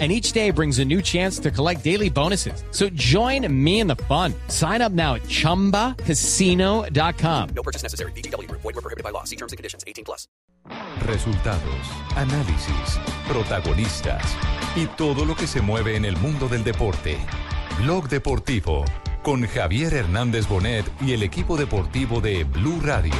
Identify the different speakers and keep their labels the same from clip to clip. Speaker 1: and each day brings a new chance to collect daily bonuses. So join me in the fun. Sign up now at ChumbaCasino.com.
Speaker 2: No purchase necessary. BGW. Void were prohibited by law. See terms and conditions. 18 plus.
Speaker 3: Resultados, análisis, protagonistas y todo lo que se mueve en el mundo del deporte. Blog Deportivo con Javier Hernández Bonet y el equipo deportivo de Blue Radio.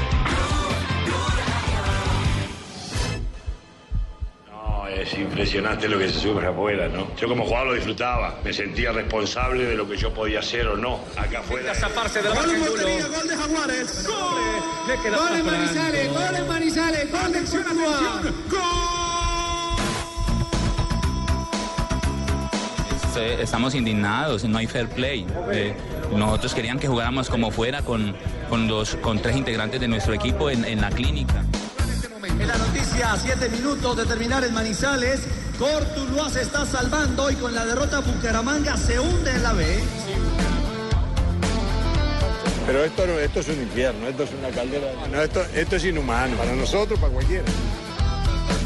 Speaker 4: No, es impresionante lo que se sufre afuera, ¿no? Yo como jugador lo disfrutaba, me sentía responsable de lo que yo podía hacer o no acá afuera.
Speaker 5: zafarse de la
Speaker 6: Gol
Speaker 5: marca de
Speaker 6: Montería,
Speaker 5: Angulo.
Speaker 6: gol de Jaguares. Gol.
Speaker 5: Le queda
Speaker 6: Gol en
Speaker 5: para
Speaker 6: Manizales, gol en Manizales, gol de Córdoba.
Speaker 7: Eh, Estamos indignados, no hay fair play. Eh, nosotros querían que jugáramos como fuera con, con, los, con tres integrantes de nuestro equipo en, en la clínica.
Speaker 6: En la noticia, a 7 minutos de terminar en Manizales, Cortuluá se está salvando y con la derrota Bucaramanga se hunde en la B.
Speaker 8: Pero esto, no- esto es un infierno, esto es una caldera. No, esto, esto es inhumano, para nosotros, para cualquiera.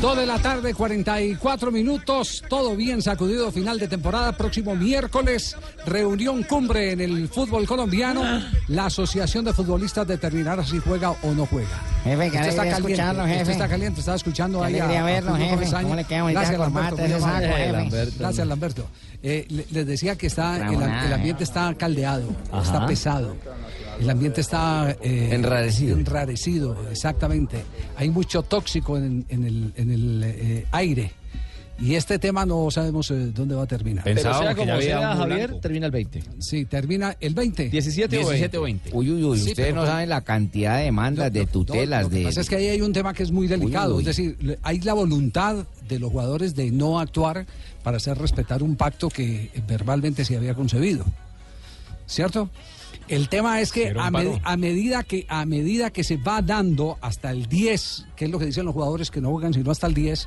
Speaker 9: Dos de la tarde, 44 minutos, todo bien sacudido, final de temporada, próximo miércoles, reunión cumbre en el fútbol colombiano,
Speaker 10: Ah.
Speaker 9: la asociación de futbolistas determinará si juega o no juega.
Speaker 10: Jefe, qué
Speaker 9: Usted está
Speaker 10: alegría
Speaker 9: caliente,
Speaker 10: escucharlo,
Speaker 9: usted
Speaker 10: jefe.
Speaker 9: está caliente, estaba escuchando
Speaker 10: Qué
Speaker 9: ahí
Speaker 10: alegría
Speaker 9: a,
Speaker 10: verlo,
Speaker 9: Julio
Speaker 10: jefe.
Speaker 9: Gómez Sáenz.
Speaker 10: ¿Cómo le queda bonita
Speaker 9: Gracias, Lamberto,
Speaker 10: corbata
Speaker 9: muy
Speaker 10: ese
Speaker 9: amable.
Speaker 10: saco, jefe?
Speaker 9: Gracias, Lamberto. Eh, le- les decía que está el,
Speaker 10: Ramonada,
Speaker 9: el ambiente está caldeado, está pesado. El ambiente está eh,
Speaker 11: Enrarecido.
Speaker 9: enrarecido, exactamente. Hay mucho tóxico en, en el, en el, eh, aire. Y este tema no sabemos eh, dónde va a terminar.
Speaker 12: Pensábamos que ya había un Javier, termina el 20.
Speaker 9: Sí, termina el 20.
Speaker 12: 17 o 20.
Speaker 11: Uy, uy, uy,
Speaker 9: Sí,
Speaker 11: ustedes
Speaker 9: pero
Speaker 11: no
Speaker 9: con-
Speaker 11: saben la cantidad de demandas, de tutelas,
Speaker 9: Lo que
Speaker 11: de...
Speaker 9: pasa es que ahí hay un tema que es muy delicado, es decir, le- hay la voluntad de los jugadores de no actuar para hacer respetar un pacto que eh, verbalmente se había concebido. ¿Cierto? El tema es que
Speaker 12: Pero
Speaker 9: a,
Speaker 12: un
Speaker 9: me-
Speaker 12: varón.
Speaker 9: a medida que a medida que se va dando hasta el 10, que es lo que dicen los jugadores que no juegan sino hasta el 10,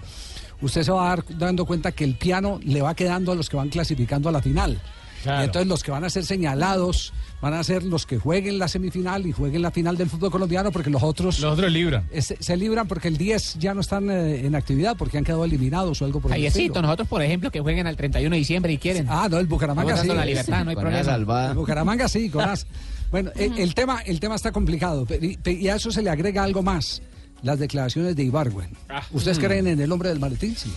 Speaker 9: usted se va dar- dando cuenta que el piano le va quedando a los que van clasificando a la final. Y entonces los que van a ser señalados van a ser los que jueguen la semifinal y jueguen la final del fútbol colombiano porque los otros
Speaker 12: Los otros libran.
Speaker 9: eh, se, se libran porque el 10 ya no están eh, en actividad porque han quedado eliminados o algo por el estilo.
Speaker 13: nosotros, por ejemplo, que jueguen al 31 de diciembre y quieren.
Speaker 9: Ah, no, el Bucaramanga sí.
Speaker 13: Estamos dando la libertad, no hay
Speaker 9: Con
Speaker 13: problema.
Speaker 9: esa salvada. El Bucaramanga sí, con as- Bueno, eh, el, tema, el tema está complicado pe- y, pe- y a eso se le agrega algo más, las declaraciones de Ibargüen. ¿Ustedes
Speaker 12: Mm.
Speaker 9: creen en el hombre del maletín? Sí.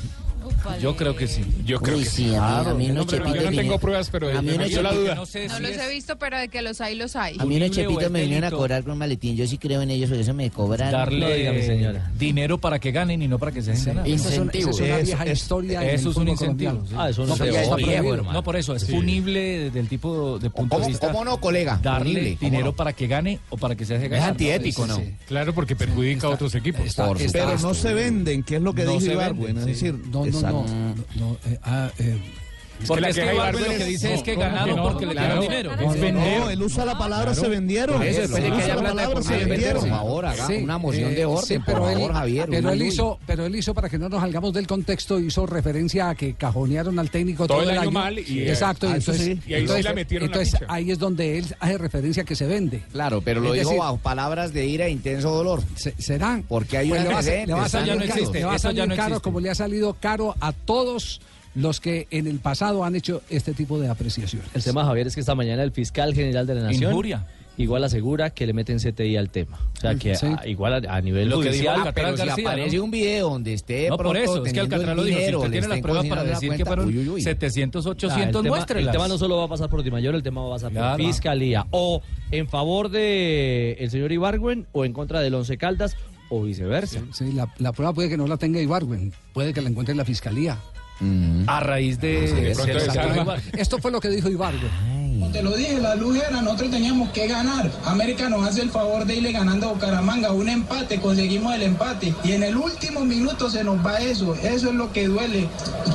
Speaker 12: Yo creo que sí. Yo creo
Speaker 11: Uy,
Speaker 12: que
Speaker 11: sí, a mí- a mí
Speaker 12: Claro.
Speaker 11: unos
Speaker 12: Pero yo
Speaker 11: chepitos
Speaker 12: no tengo
Speaker 11: vinieron-
Speaker 12: pruebas, pero
Speaker 11: a mí
Speaker 12: me
Speaker 11: unos
Speaker 12: nació la
Speaker 11: chepitos-
Speaker 12: duda.
Speaker 14: No los he visto, pero de que los hay, los hay.
Speaker 11: A mí los chepitos me vinieron a cobrar con maletín, yo sí creo en ellos, por eso me cobran.
Speaker 12: Darle
Speaker 11: No, dígame, señora.
Speaker 12: dinero para que ganen y no para que se dejen ganar.
Speaker 9: Esa es una- esa es una
Speaker 12: Eso-
Speaker 9: vieja
Speaker 12: es-
Speaker 9: historia en el
Speaker 12: Eso es un
Speaker 9: fútbol
Speaker 12: incentivo.
Speaker 9: colombiano, sí.
Speaker 12: Ah, eso
Speaker 9: No, pero ya está
Speaker 12: prohibido.
Speaker 9: prohibido, hermano.
Speaker 12: No, por eso, es
Speaker 9: Sí.
Speaker 12: punible del tipo de punto de
Speaker 11: ¿Cómo,
Speaker 12: vista.
Speaker 11: cómo no, colega?
Speaker 12: Darle
Speaker 11: Punible, ¿cómo
Speaker 12: dinero
Speaker 11: no?
Speaker 12: para que gane o para que se deje ganar.
Speaker 11: antiético, ¿no?
Speaker 12: Claro, porque perjudica a otros equipos.
Speaker 15: Ah,
Speaker 9: Está-
Speaker 11: Por
Speaker 9: está-
Speaker 11: supuesto.
Speaker 9: no,
Speaker 8: venden, que es lo
Speaker 12: que No dijo se venden, Ibargüen, es sí. decir,
Speaker 9: no, no,
Speaker 11: Exacto.
Speaker 9: no, no, eh, ah, eh,
Speaker 12: Porque
Speaker 8: la
Speaker 12: es
Speaker 8: que
Speaker 12: que
Speaker 8: hay
Speaker 12: Ibargüen lo que
Speaker 8: barbero es-
Speaker 12: dice
Speaker 8: no,
Speaker 12: es que
Speaker 8: ¿cómo
Speaker 12: ganaron
Speaker 8: que no?
Speaker 12: porque le
Speaker 13: Claro.
Speaker 12: dieron dinero.
Speaker 13: No,
Speaker 12: Es
Speaker 13: no,
Speaker 12: vender.
Speaker 8: él usa la palabra, se vendieron.
Speaker 12: Eso, después de que haya plata de por
Speaker 11: Se
Speaker 12: medio,
Speaker 11: vendieron.
Speaker 12: sí.
Speaker 11: Por favor, haga
Speaker 9: Sí,
Speaker 11: una moción
Speaker 9: eh,
Speaker 11: de orden,
Speaker 9: sí,
Speaker 11: por
Speaker 9: él-
Speaker 11: favor, Javier.
Speaker 9: Pero
Speaker 11: una
Speaker 9: él,
Speaker 11: ley.
Speaker 9: hizo, pero él hizo, para que no nos salgamos del contexto, hizo referencia a que cajonearon al técnico todo,
Speaker 12: Todo el año mal y, eh,
Speaker 9: Exacto,
Speaker 12: ah, eso
Speaker 9: entonces,
Speaker 12: sí. Y ahí sí
Speaker 9: entonces-
Speaker 12: la metieron la
Speaker 9: entonces
Speaker 12: ficha.
Speaker 9: ahí es donde él hace referencia que se vende.
Speaker 11: Claro, pero
Speaker 9: Es
Speaker 11: lo dijo
Speaker 9: decir-
Speaker 11: bajo palabras de ira e intenso dolor.
Speaker 9: Se- ¿Será?
Speaker 11: Porque hay
Speaker 9: Pues
Speaker 11: un
Speaker 9: le va a sa-
Speaker 11: antecedente,
Speaker 9: le va a
Speaker 11: eso ya
Speaker 9: salir
Speaker 11: no
Speaker 9: caro,
Speaker 11: existe,
Speaker 9: le va a
Speaker 12: eso ya
Speaker 9: salir
Speaker 12: no
Speaker 9: caro
Speaker 12: existe.
Speaker 9: como le ha salido caro a todos los que en el pasado han hecho este tipo de apreciaciones.
Speaker 13: El tema, Javier, es que esta mañana el fiscal general de la Nación
Speaker 12: Injuria.
Speaker 13: igual asegura que le meten CTI al tema. O sea, que
Speaker 9: Sí.
Speaker 13: a- igual a, a nivel
Speaker 12: Lo que dijo
Speaker 13: judicial...
Speaker 11: Ah, pero
Speaker 12: Alcatraz
Speaker 11: si
Speaker 12: García,
Speaker 11: aparece
Speaker 12: ¿no?
Speaker 11: un video donde esté
Speaker 12: No, por
Speaker 11: pronto
Speaker 12: eso, es que
Speaker 11: teniendo
Speaker 12: Alcatraz
Speaker 11: el
Speaker 12: lo dijo. Si
Speaker 11: dinero,
Speaker 12: usted
Speaker 11: le
Speaker 12: tiene las
Speaker 11: estén
Speaker 12: pruebas para
Speaker 11: cocinando la
Speaker 12: decir que
Speaker 11: cuenta,
Speaker 12: fueron
Speaker 11: uy, uy, uy.
Speaker 12: 700,
Speaker 13: Ah, el,
Speaker 12: 800,
Speaker 13: tema, el
Speaker 12: muéstrelas.
Speaker 13: tema no solo va a pasar por Di Mayor, el tema va a pasar
Speaker 12: Claro.
Speaker 13: por Fiscalía. O en favor de el señor Ibargüen o en contra del Once Caldas o viceversa.
Speaker 9: Sí, la, la prueba puede que no la tenga Ibarwen, puede que la encuentre en la fiscalía.
Speaker 12: A raíz de...
Speaker 11: De
Speaker 12: de
Speaker 11: pronto
Speaker 12: ser
Speaker 11: Mm. de
Speaker 12: sacado
Speaker 11: calma.
Speaker 12: Ibargüen.
Speaker 9: Esto fue lo que dijo Ibarwen.
Speaker 11: Ay,
Speaker 12: Como te lo dije, la luz era, nosotros teníamos que ganar. América nos hace el favor de irle ganando a Bucaramanga, un empate, conseguimos el empate. Y en el último minuto se nos va eso, eso es lo que duele.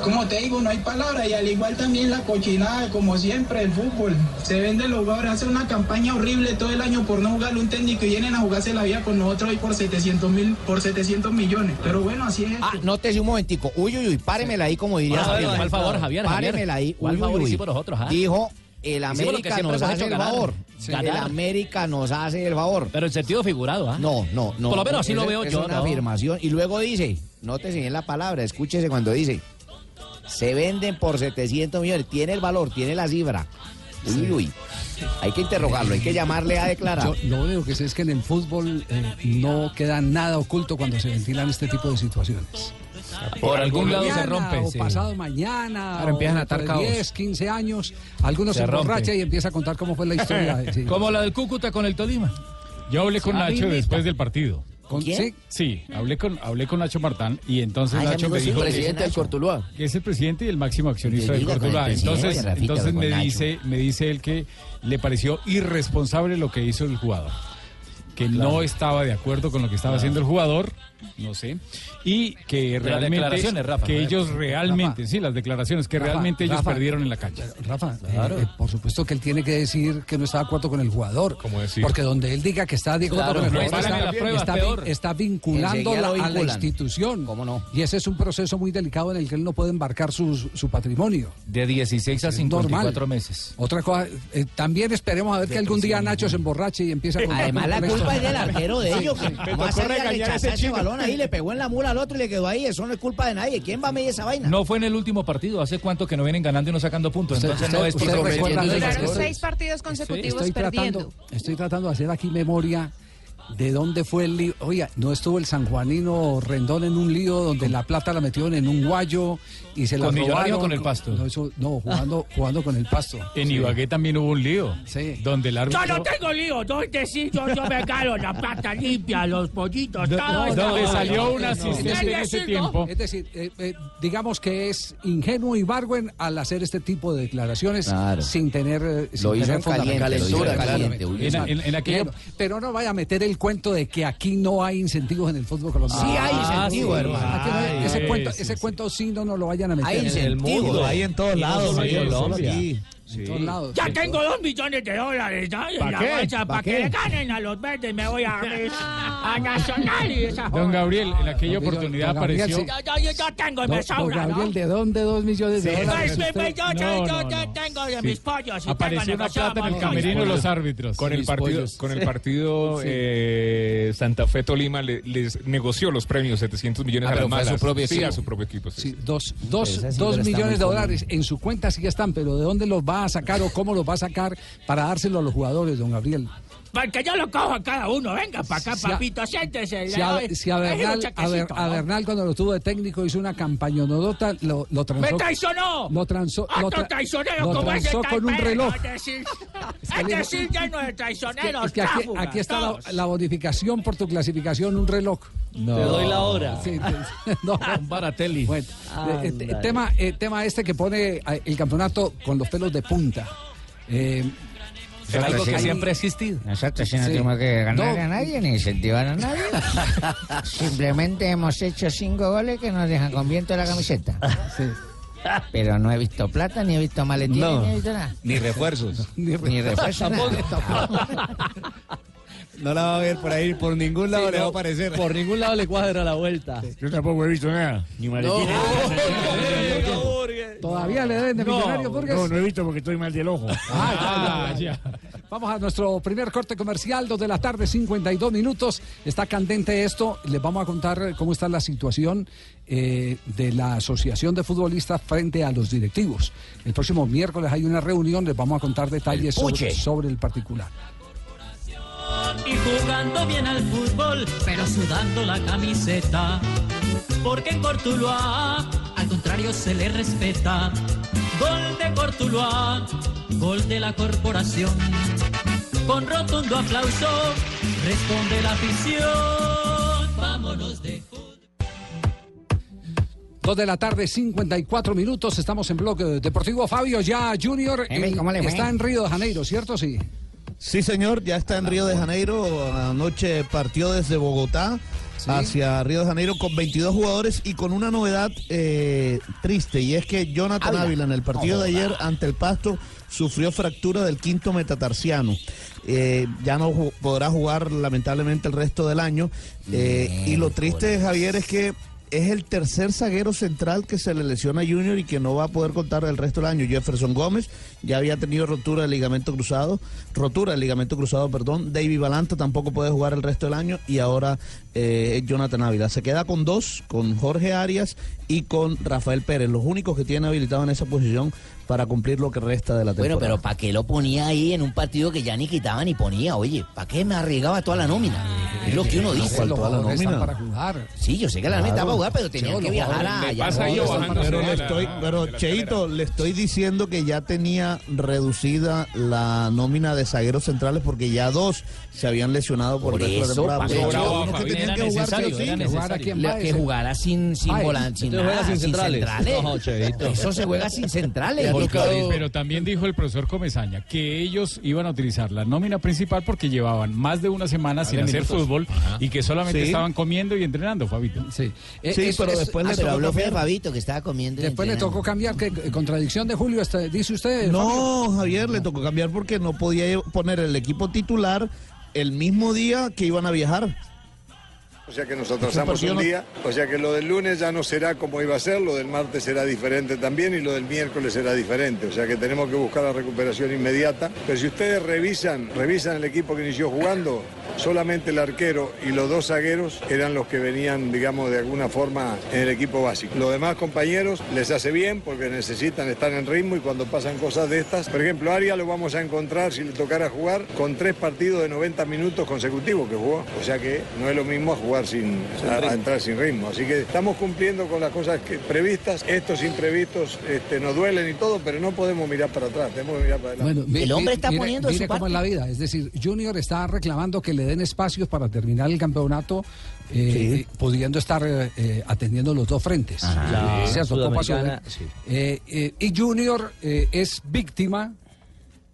Speaker 12: Como te digo, no hay palabra y al igual también la cochinada, como siempre, el fútbol. Se venden los jugadores, hace una campaña horrible todo el año por no jugar un técnico y vienen a jugarse la vida con nosotros hoy por 700 mil, por 700 millones. Pero bueno, así es.
Speaker 11: Ah, nótese un momentico. Uy, uy, uy, páremela ahí, como diría.
Speaker 12: Ah,
Speaker 11: Javier.
Speaker 12: bueno, ¿cuál favor, Javier, Javier?
Speaker 11: Páremela ahí.
Speaker 12: ¿Cuál
Speaker 11: uy,
Speaker 12: favor
Speaker 11: uy, uy.
Speaker 12: hicimos nosotros, ah?
Speaker 11: Dijo, el
Speaker 12: Hicimos lo que
Speaker 11: América
Speaker 12: se nos hemos
Speaker 11: nos, hace
Speaker 12: hecho
Speaker 11: el
Speaker 12: ganar.
Speaker 11: favor.
Speaker 12: Sí.
Speaker 11: El
Speaker 12: Ganar.
Speaker 11: América nos hace el favor. Pero en sentido figurado, ¿ah? No, no, no.
Speaker 12: Por lo menos
Speaker 11: no,
Speaker 12: así lo
Speaker 11: es-
Speaker 12: veo
Speaker 11: es
Speaker 12: yo,
Speaker 11: una
Speaker 12: ¿no?
Speaker 11: afirmación. Y luego dice, nótese bien la palabra, escúchese cuando dice, se venden por 700 millones. Tiene el valor, tiene la cifra. Uy, uy. Hay que interrogarlo, hay que llamarle a declarar.
Speaker 9: Yo lo único que sé es que en el fútbol eh, no queda nada oculto cuando se ventilan este tipo de situaciones.
Speaker 16: Por algún lado se
Speaker 9: Mañana,
Speaker 16: rompe,
Speaker 9: O
Speaker 16: sí.
Speaker 9: pasado mañana.
Speaker 16: Claro, empiezan a
Speaker 9: o dentro de
Speaker 16: atar cabos.
Speaker 9: 10, 15 años. Algunos
Speaker 16: Se
Speaker 9: se,
Speaker 16: rompe.
Speaker 9: emborracha y empieza a contar cómo fue la historia. sí.
Speaker 17: Como la del Cúcuta con el Tolima. Yo hablé con
Speaker 9: Ah,
Speaker 17: Nacho
Speaker 9: bien,
Speaker 17: después del partido.
Speaker 9: ¿Con quién?
Speaker 17: Sí, sí, hablé con, hablé con Nacho Martán y entonces
Speaker 11: Ah, ese
Speaker 17: Nacho
Speaker 11: amigo
Speaker 17: me
Speaker 11: es el
Speaker 17: dijo...
Speaker 11: presidente del
Speaker 17: Cortuluá. Que es el presidente y el máximo accionista
Speaker 11: Que
Speaker 17: del
Speaker 11: diga con el
Speaker 17: Cortuluá.
Speaker 11: presidente,
Speaker 17: Entonces,
Speaker 11: Rafita,
Speaker 17: entonces
Speaker 11: con
Speaker 17: me,
Speaker 11: Nacho.
Speaker 17: dice, me dice él que le pareció irresponsable lo que hizo el jugador. Que no estaba de acuerdo con lo que estaba
Speaker 16: Claro.
Speaker 17: haciendo el jugador, no sé, y que
Speaker 16: Las
Speaker 17: realmente...
Speaker 16: declaraciones, Rafa.
Speaker 17: que ellos realmente, sí, las declaraciones, que
Speaker 9: Rafa,
Speaker 17: realmente ellos
Speaker 9: Rafa.
Speaker 17: perdieron en la cancha.
Speaker 9: Rafa, eh, eh, por supuesto que él tiene que decir que no está de acuerdo con el jugador.
Speaker 17: decir?
Speaker 9: Porque donde él diga que está de acuerdo
Speaker 17: Claro,
Speaker 9: con el
Speaker 17: no
Speaker 9: jugador,
Speaker 17: está en
Speaker 9: está,
Speaker 17: la prueba,
Speaker 9: está
Speaker 17: peor.
Speaker 9: vin- está vinculando
Speaker 17: Enseguida
Speaker 9: la-
Speaker 17: lo
Speaker 9: a la
Speaker 17: vinculan.
Speaker 9: institución. Y ese es un proceso muy delicado en el que él no puede embarcar sus- su patrimonio.
Speaker 3: De 16 a
Speaker 9: Es
Speaker 3: 54
Speaker 9: normal.
Speaker 3: meses.
Speaker 9: Otra cosa, eh, también esperemos a ver que algún día Nacho se emborrache y empiece a contar
Speaker 3: Además,
Speaker 9: cómo
Speaker 3: la
Speaker 9: fue
Speaker 3: culpa
Speaker 9: historia.
Speaker 3: es del
Speaker 11: arquero de
Speaker 9: Sí,
Speaker 11: ellos.
Speaker 9: sí.
Speaker 11: que nomás sabía
Speaker 17: regañar a ese
Speaker 11: rechazar ese
Speaker 17: chino.
Speaker 11: balón ahí, le pegó en la mula al otro y le quedó ahí. Eso no es culpa de nadie. ¿Quién va a medir esa vaina?
Speaker 3: No fue en el último partido. ¿Hace cuánto que no vienen ganando y no sacando puntos?
Speaker 9: Usted-
Speaker 3: Entonces no
Speaker 9: usted-
Speaker 3: es
Speaker 9: usted
Speaker 3: por-
Speaker 9: recuerda-
Speaker 14: Duraron
Speaker 9: estoy-
Speaker 14: seis partidos consecutivos
Speaker 9: estoy
Speaker 14: Este perdiendo.
Speaker 9: tratando, estoy tratando de hacer aquí memoria de dónde fue el lío. Oiga, no estuvo el sanjuanino Rendón en un lío donde la plata la metieron en un guayo y se la
Speaker 17: ¿Con Millonario
Speaker 9: robaron.
Speaker 17: o con el Pasto? Eh,
Speaker 9: No, eso- no, jugando, jugando con el pasto.
Speaker 17: En
Speaker 9: Sí.
Speaker 17: Ibagué también hubo un lío. Donde el árbitro.
Speaker 18: Yo no tengo lío, no es decir, yo, yo me gano la plata limpia, los pollitos,
Speaker 17: No,
Speaker 18: todo.
Speaker 17: no,
Speaker 18: todo.
Speaker 17: le salió un
Speaker 18: No,
Speaker 17: asistente
Speaker 18: es
Speaker 17: en
Speaker 18: decir,
Speaker 17: ese
Speaker 18: no.
Speaker 17: tiempo.
Speaker 9: Es decir, eh, eh, digamos que es ingenuo Ibargüen al hacer este tipo de declaraciones sin tener. eh, sin
Speaker 11: Lo hizo
Speaker 9: tener
Speaker 11: en caliente,
Speaker 9: fundamento.
Speaker 11: lo hizo en Calentura, caliente, claro.
Speaker 9: Exacto.
Speaker 11: en- en aquello-
Speaker 9: Pero- Pero no vaya a meter el cuento de que aquí no hay incentivos en el fútbol colombiano.
Speaker 11: Sí hay
Speaker 9: Ah,
Speaker 11: incentivo,
Speaker 9: sí.
Speaker 11: hermano.
Speaker 9: Ah, que no-
Speaker 11: Ay,
Speaker 9: ese
Speaker 11: sí,
Speaker 9: cuento,
Speaker 11: sí,
Speaker 9: ese cuento sí no nos lo vayan a meter.
Speaker 11: Hay En el incentivos, mundo. hay en todos Y no lados, solo en en Colombia. Colombia.
Speaker 9: En todos lados.
Speaker 18: Ya tengo dos millones de dólares, ¿sabes?
Speaker 9: ¿Pa
Speaker 18: En la
Speaker 9: qué?
Speaker 18: bolsa,
Speaker 9: ¿Pa
Speaker 18: para
Speaker 9: qué?
Speaker 18: que le ganen a los verdes, me voy a, a Nacional y esa
Speaker 17: Don
Speaker 18: joda.
Speaker 17: Gabriel, en aquella
Speaker 18: Don Gabriel,
Speaker 17: oportunidad
Speaker 18: don Gabriel,
Speaker 17: apareció.
Speaker 18: sí. Ya, ya, ya tengo, me sobra, ¿no?
Speaker 19: ¿de dónde dos millones de
Speaker 18: Pues,
Speaker 19: dólares?
Speaker 18: pues, pues, yo, yo-
Speaker 17: No,
Speaker 18: yo-
Speaker 17: no,
Speaker 18: yo
Speaker 17: no.
Speaker 18: tengo de
Speaker 17: Sí.
Speaker 18: mis pollos. y
Speaker 17: Apareció
Speaker 18: tengo
Speaker 17: una
Speaker 18: negociado
Speaker 17: plata en el
Speaker 18: con-
Speaker 17: camerino de los árbitros.
Speaker 20: Con el
Speaker 17: Mis
Speaker 20: partido,
Speaker 17: pollos.
Speaker 20: con el partido
Speaker 17: Sí.
Speaker 20: eh, Santa Fe Tolima le- les negoció los premios 700 millones
Speaker 3: Ah,
Speaker 20: a
Speaker 3: pero
Speaker 20: las
Speaker 3: fue a su
Speaker 20: malas.
Speaker 3: propio
Speaker 20: Sí,
Speaker 3: equipo.
Speaker 20: a su propio equipo. sí, sí.
Speaker 9: Dos, dos,
Speaker 20: Esa sí,
Speaker 9: dos
Speaker 20: pero está
Speaker 9: millones de
Speaker 20: muy
Speaker 9: dólares en su cuenta sí están, pero ¿de dónde los va a sacar o cómo los va a sacar para dárselo a los jugadores, don Gabriel?
Speaker 18: Porque yo lo cojo a cada uno. Venga, para acá,
Speaker 9: Si a-
Speaker 18: papito, siéntese. le
Speaker 9: Si a,
Speaker 18: doy-
Speaker 9: si a
Speaker 18: le doy un
Speaker 9: Bernal, a Ber-
Speaker 18: chequecito,
Speaker 9: a
Speaker 18: ¿no?
Speaker 9: Bernal cuando lo tuvo de técnico hizo una campañonodota, lo, lo transó.
Speaker 18: ¡Me traicionó!
Speaker 9: Lo transó, lo
Speaker 18: ¡Otro
Speaker 9: tra-
Speaker 18: traicionero
Speaker 9: lo
Speaker 18: como ese
Speaker 9: transó
Speaker 18: tal
Speaker 9: con un
Speaker 18: Pedro!
Speaker 9: reloj.
Speaker 18: Es decir,
Speaker 9: que
Speaker 18: es
Speaker 9: le-
Speaker 18: decir, lleno de
Speaker 9: Que-
Speaker 18: traicioneros.
Speaker 9: es que aquí,
Speaker 18: tráfugas,
Speaker 9: aquí está la,
Speaker 18: todos.
Speaker 9: la bonificación por tu clasificación, un reloj.
Speaker 16: Te doy la hora.
Speaker 9: Sí, te- no.
Speaker 16: Un baratelli.
Speaker 9: Bueno, Eh, eh,
Speaker 16: Ándale.
Speaker 9: tema, eh, tema este que pone eh, el campeonato con los pelos de punta. Eh,
Speaker 3: Algo
Speaker 9: hay-
Speaker 3: que
Speaker 9: hay-
Speaker 3: siempre ha existido.
Speaker 19: Nosotros sí no
Speaker 9: Sí.
Speaker 19: tenemos que ganar
Speaker 9: No.
Speaker 19: a nadie ni incentivar a nadie. Simplemente hemos hecho cinco goles que nos dejan con viento en la camiseta. Pero no he visto plata, ni he visto maletines,
Speaker 3: No.
Speaker 19: ni he visto nada.
Speaker 3: Ni refuerzos.
Speaker 19: Ni refuerzos.
Speaker 3: No la va a ver por ahí, por ningún
Speaker 19: lado
Speaker 16: le va a
Speaker 3: aparecer.
Speaker 16: Por ningún lado le cuadra la vuelta.
Speaker 3: Yo tampoco he visto nada. Ni
Speaker 16: maletines.
Speaker 9: Todavía le deben de millonarios Burgues.
Speaker 3: he visto porque estoy mal del ojo.
Speaker 9: Ah, ya. Vamos a nuestro primer corte comercial, 2 de la tarde, 52 minutos. Está candente esto. Les vamos a contar eh, cómo está la situación eh, de la Asociación de Futbolistas frente a los directivos. El próximo miércoles hay una reunión, les vamos a contar detalles sobre,
Speaker 6: puche.
Speaker 9: sobre el particular.
Speaker 6: y jugando bien al fútbol, pero sudando la camiseta. Porque en Cortuluá, al contrario, se le respeta. Gol de Cortuluá, gol de la corporación. Con rotundo aplauso, responde la afición. Vámonos de
Speaker 9: 2 Dos de la tarde, 54 minutos. Estamos en bloque deportivo. Fabio ya Junior
Speaker 18: Emi,
Speaker 9: eh,
Speaker 18: ¿cómo le fue?
Speaker 9: está en Río de Janeiro, ¿cierto? Sí.
Speaker 15: Sí, señor, ya está en Río de Janeiro. Anoche partió desde Bogotá hacia Río de Janeiro con 22 jugadores y con una novedad eh, triste, y es que Jonathan
Speaker 21: Ávila.
Speaker 15: Ávila en el partido de ayer ante el Pasto sufrió fractura del quinto metatarsiano. Eh, ya no ju- podrá jugar lamentablemente el resto del año. Eh, y lo triste, Javier, es que es el tercer zaguero central que se le lesiona a Junior y que no va a poder contar el resto del año. Jefferson Gómez ya había tenido rotura del ligamento cruzado, rotura del ligamento cruzado, perdón. David Balanta tampoco puede jugar el resto del año y ahora eh, Jonathan Ávila. Se queda con dos, con Jorge Arias y con Rafael Pérez, los únicos que tienen habilitado en esa posición para cumplir lo que resta de la temporada.
Speaker 1: Bueno, pero ¿para qué lo ponía ahí en un partido que ya ni quitaba ni ponía? Oye, ¿para qué me arriesgaba toda la nómina? Es lo que
Speaker 9: No,
Speaker 1: uno dice.
Speaker 9: pues, los jugadores están para jugar.
Speaker 1: Sí, yo sé que la nómina está para jugar, pero tenía que viajar a... allá.
Speaker 15: pero le estoy, pero Cheito, le estoy diciendo que ya tenía reducida la nómina de zagueros centrales porque ya dos se habían lesionado por,
Speaker 1: Por
Speaker 15: el resto
Speaker 1: eso,
Speaker 15: de la temporada.
Speaker 1: Paco, yo-
Speaker 15: Porque había unos que
Speaker 1: Fabián,
Speaker 15: tenían
Speaker 1: era
Speaker 15: que jugar sí o
Speaker 1: necesario,
Speaker 15: sí.
Speaker 1: era necesario. Le- que jugara sin, sin
Speaker 15: Ay,
Speaker 1: volantes, sin
Speaker 15: entonces
Speaker 1: nada,
Speaker 15: juega sin
Speaker 1: sin
Speaker 15: centrales.
Speaker 1: centrales.
Speaker 15: No, Cheito.
Speaker 1: Eso se juega sin centrales.
Speaker 22: Pero-
Speaker 1: Porque-
Speaker 22: Pero también dijo el profesor Comezaña que ellos iban a utilizar la nómina principal porque llevaban más de una semana sin
Speaker 20: de
Speaker 22: hacer
Speaker 20: minutos.
Speaker 22: fútbol y que solamente
Speaker 20: Sí.
Speaker 22: estaban comiendo y entrenando, Fabito.
Speaker 9: Sí, Eh,
Speaker 1: ah, pero habló fue de Fabito que estaba comiendo. y
Speaker 9: Después le
Speaker 1: entrenando.
Speaker 9: tocó cambiar. ¿qué? contradicción de Julio, este, dice usted.
Speaker 15: No, Javier, le tocó cambiar porque no podía poner el equipo titular el mismo día que iban a viajar.
Speaker 8: O sea que nos
Speaker 15: Pues
Speaker 8: atrasamos
Speaker 15: yo
Speaker 8: un
Speaker 15: no-
Speaker 8: día, o sea que lo del lunes ya no será como iba a ser, lo del martes será diferente también y lo del miércoles será diferente, o sea que tenemos que buscar la recuperación inmediata. Pero si ustedes revisan, revisan el equipo que inició jugando, solamente el arquero y los dos zagueros eran los que venían, digamos, de alguna forma en el equipo básico. Los demás compañeros les hace bien porque necesitan estar en ritmo y cuando pasan cosas de estas, por ejemplo, Arias lo vamos a encontrar si le tocara jugar con tres partidos de 90 minutos consecutivos que jugó, o sea que no es lo mismo a jugar sin,
Speaker 15: Sin
Speaker 8: a- a
Speaker 15: ritmo.
Speaker 8: entrar sin ritmo. Así que estamos cumpliendo con las cosas que, previstas. Estos imprevistos este, nos duelen y todo, pero no podemos mirar para atrás, tenemos que mirar para adelante.
Speaker 9: mi- mi- mire- mire cómo es la vida. Es decir, Junior está reclamando que le den espacios para terminar el campeonato, eh, pudiendo estar eh, eh, atendiendo los dos frentes.
Speaker 13: Ajá. Pues, La
Speaker 9: Sí, cierto, Copa
Speaker 13: Sudamericana,
Speaker 9: Sud- Eh, eh, y Junior eh, es víctima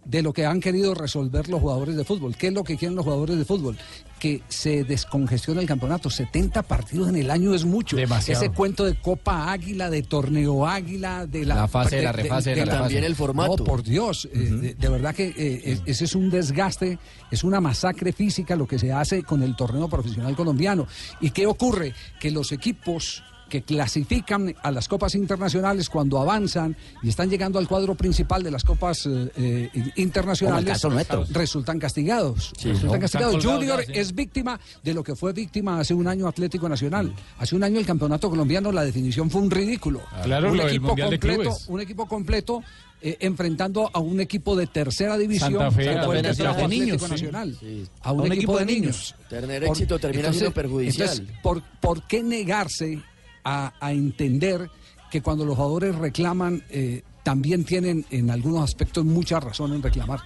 Speaker 9: de lo que han querido resolver los jugadores de fútbol. ¿Qué es lo que quieren los jugadores de fútbol? Que se descongestione el campeonato. 70 partidos en el año es mucho.
Speaker 23: Demasiado.
Speaker 9: Ese cuento de Copa Águila, de Torneo Águila, de la,
Speaker 23: La fase, la refase, la refase. También el formato.
Speaker 9: No, por Dios. eh, de, de verdad que eh, es- ese es un desgaste, es una masacre física lo que se hace con el torneo profesional colombiano. ¿Y qué ocurre? Que los equipos que clasifican a las copas internacionales cuando avanzan y están llegando al cuadro principal de las copas eh, eh, internacionales
Speaker 1: Como el caso nuestro.
Speaker 9: resultan castigados.
Speaker 1: Sí,
Speaker 9: resultan
Speaker 1: ¿no?
Speaker 9: castigados.
Speaker 1: Están colgados
Speaker 9: Junior
Speaker 1: ya, sí.
Speaker 9: es víctima de lo que fue víctima hace un año Atlético Nacional. Hace un año el campeonato colombiano la definición fue un ridículo.
Speaker 22: Claro,
Speaker 9: un
Speaker 22: lo del Mundial de
Speaker 9: completo,
Speaker 22: Clubes.
Speaker 9: un equipo completo eh, enfrentando a un equipo de tercera división,
Speaker 22: Santa Fe,
Speaker 9: que
Speaker 22: Santa
Speaker 9: fue
Speaker 22: Fe
Speaker 9: el que
Speaker 22: Nacional.
Speaker 9: trajo
Speaker 22: De niños,
Speaker 9: Atlético
Speaker 22: sí.
Speaker 9: Nacional,
Speaker 22: Sí.
Speaker 9: a un, equipo, de niños.
Speaker 23: Tener
Speaker 9: Por-
Speaker 23: éxito termina siendo perjudicial.
Speaker 9: entonces, ¿por, por qué negarse a, a entender que cuando los jugadores reclaman eh, también tienen en algunos aspectos mucha razón en reclamar?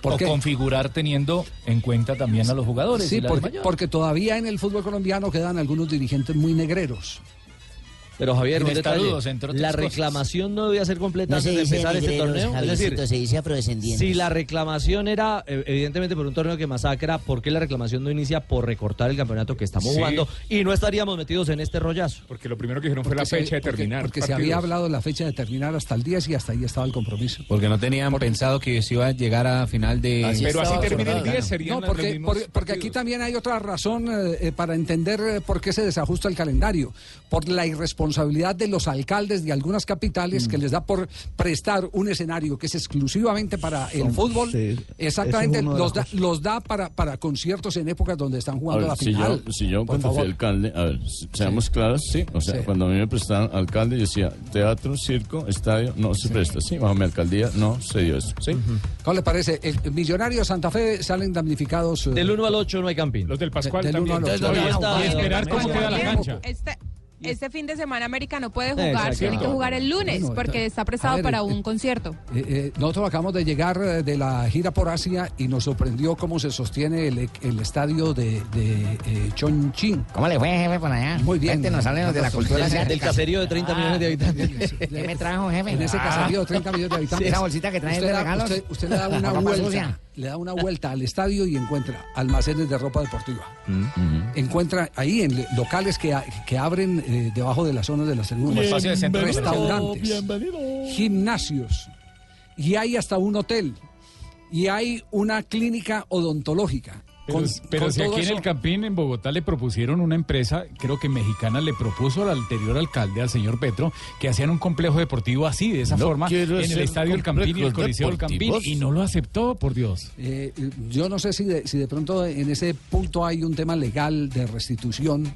Speaker 9: ¿Por
Speaker 17: o
Speaker 9: qué?
Speaker 17: configurar teniendo en cuenta también a los jugadores. y
Speaker 9: Sí,
Speaker 17: la
Speaker 9: porque,
Speaker 17: mayor.
Speaker 9: porque todavía en el fútbol colombiano quedan algunos dirigentes muy negreros.
Speaker 13: Pero Javier, un detalle.
Speaker 9: Inestaludos, entre otras
Speaker 13: la
Speaker 9: cosas.
Speaker 13: reclamación no debía ser completa
Speaker 1: No se
Speaker 13: antes de
Speaker 1: dice
Speaker 13: empezar este
Speaker 1: negreros,
Speaker 13: torneo. Es
Speaker 1: Javiercito,
Speaker 13: decir,
Speaker 1: se dice afrodescendientes.
Speaker 13: si la reclamación era eh, evidentemente por un torneo que masacra, ¿por qué la reclamación no inicia por recortar el campeonato que estamos
Speaker 20: Sí.
Speaker 13: jugando? Y no estaríamos metidos en este rollazo.
Speaker 20: Porque lo primero que dijeron fue la
Speaker 9: Porque se-
Speaker 20: fecha de
Speaker 9: porque-
Speaker 20: terminar.
Speaker 9: Porque se
Speaker 20: partidos.
Speaker 9: había hablado de la fecha de terminar hasta el 10 y hasta ahí estaba el compromiso.
Speaker 23: Porque no tenían pensado que se iba a llegar a final de...
Speaker 9: No, porque, porque, porque aquí también hay otra razón eh, eh, para entender eh, por qué se desajusta el calendario. Por la irresponsabilidad de los alcaldes de algunas capitales
Speaker 15: Mm.
Speaker 9: que les da por prestar un escenario que es exclusivamente para el
Speaker 15: Son-
Speaker 9: fútbol.
Speaker 15: sí, ese es
Speaker 9: Exactamente,
Speaker 15: uno de
Speaker 9: los,
Speaker 15: las
Speaker 9: da, los da para, para conciertos en épocas donde están
Speaker 24: A
Speaker 9: jugando
Speaker 24: ver,
Speaker 9: la
Speaker 24: si
Speaker 9: final.
Speaker 24: yo, si yo
Speaker 9: Por
Speaker 24: cuando fui
Speaker 9: favor.
Speaker 24: alcalde, a ver, s- seamos claros, sí. O sea,
Speaker 9: Sí.
Speaker 24: cuando a mí me prestaron alcalde, yo decía teatro, circo, estadio, no se presta. Sí, bajo mi alcaldía no se dio eso. Sí.
Speaker 9: ¿Cómo le parece? El Millonario Santa Fe salen damnificados. eh,
Speaker 13: Del 1 al 8 no hay camping. Los
Speaker 20: del
Speaker 9: Pascual Del uno también. al ocho.
Speaker 20: Y esperar cómo queda la cancha.
Speaker 14: Este- este fin de semana América no puede jugar,
Speaker 9: Exacto.
Speaker 14: tiene que jugar el lunes
Speaker 9: Bueno,
Speaker 14: porque está prestado
Speaker 9: a ver,
Speaker 14: para
Speaker 9: eh,
Speaker 14: un concierto.
Speaker 9: Eh, eh, nosotros acabamos de llegar eh, de la gira por Asia y nos sorprendió cómo se sostiene el, el estadio de, de eh, Chongqing.
Speaker 18: ¿Cómo le fue, jefe, por allá?
Speaker 9: Muy bien.
Speaker 18: Cuéntenos, háblenos de la cultura asiática. Del caserío de 30 millones de
Speaker 9: habitantes.
Speaker 18: ¿Qué me trajo, jefe?
Speaker 9: eh, En ese
Speaker 18: Ah.
Speaker 9: caserío de 30 millones de habitantes.
Speaker 18: Esa bolsita que trae
Speaker 9: Usted
Speaker 18: de
Speaker 9: da-
Speaker 18: regalos.
Speaker 9: Usted, usted le da
Speaker 18: La
Speaker 9: una
Speaker 18: ropa
Speaker 9: vuelta.
Speaker 18: sucia.
Speaker 9: Le da una vuelta al estadio y encuentra almacenes de ropa deportiva.
Speaker 18: Mm,
Speaker 9: Encuentra ahí en le- locales que, a- que abren eh, debajo de las zonas de las
Speaker 17: Como
Speaker 9: tribunas.
Speaker 17: espacio de centro de
Speaker 9: Restaurantes. gimnasios y hay hasta un hotel y hay una clínica odontológica.
Speaker 22: Pero,
Speaker 9: Con-
Speaker 22: pero
Speaker 9: con
Speaker 22: si
Speaker 9: todo
Speaker 22: aquí en
Speaker 9: eso-
Speaker 22: el Campín, en Bogotá, le propusieron una empresa, creo que mexicana, le propuso al anterior alcalde, al señor Petro, que hacían un complejo deportivo así, de esa
Speaker 17: No
Speaker 22: forma, en
Speaker 17: quiero
Speaker 22: el
Speaker 17: hacer
Speaker 22: estadio del Campín y el
Speaker 17: complejos
Speaker 22: Coliseo del Campín,
Speaker 17: deportivos.
Speaker 22: y no lo aceptó, por Dios.
Speaker 9: Eh, yo no sé si de, si de pronto en ese punto hay un tema legal de restitución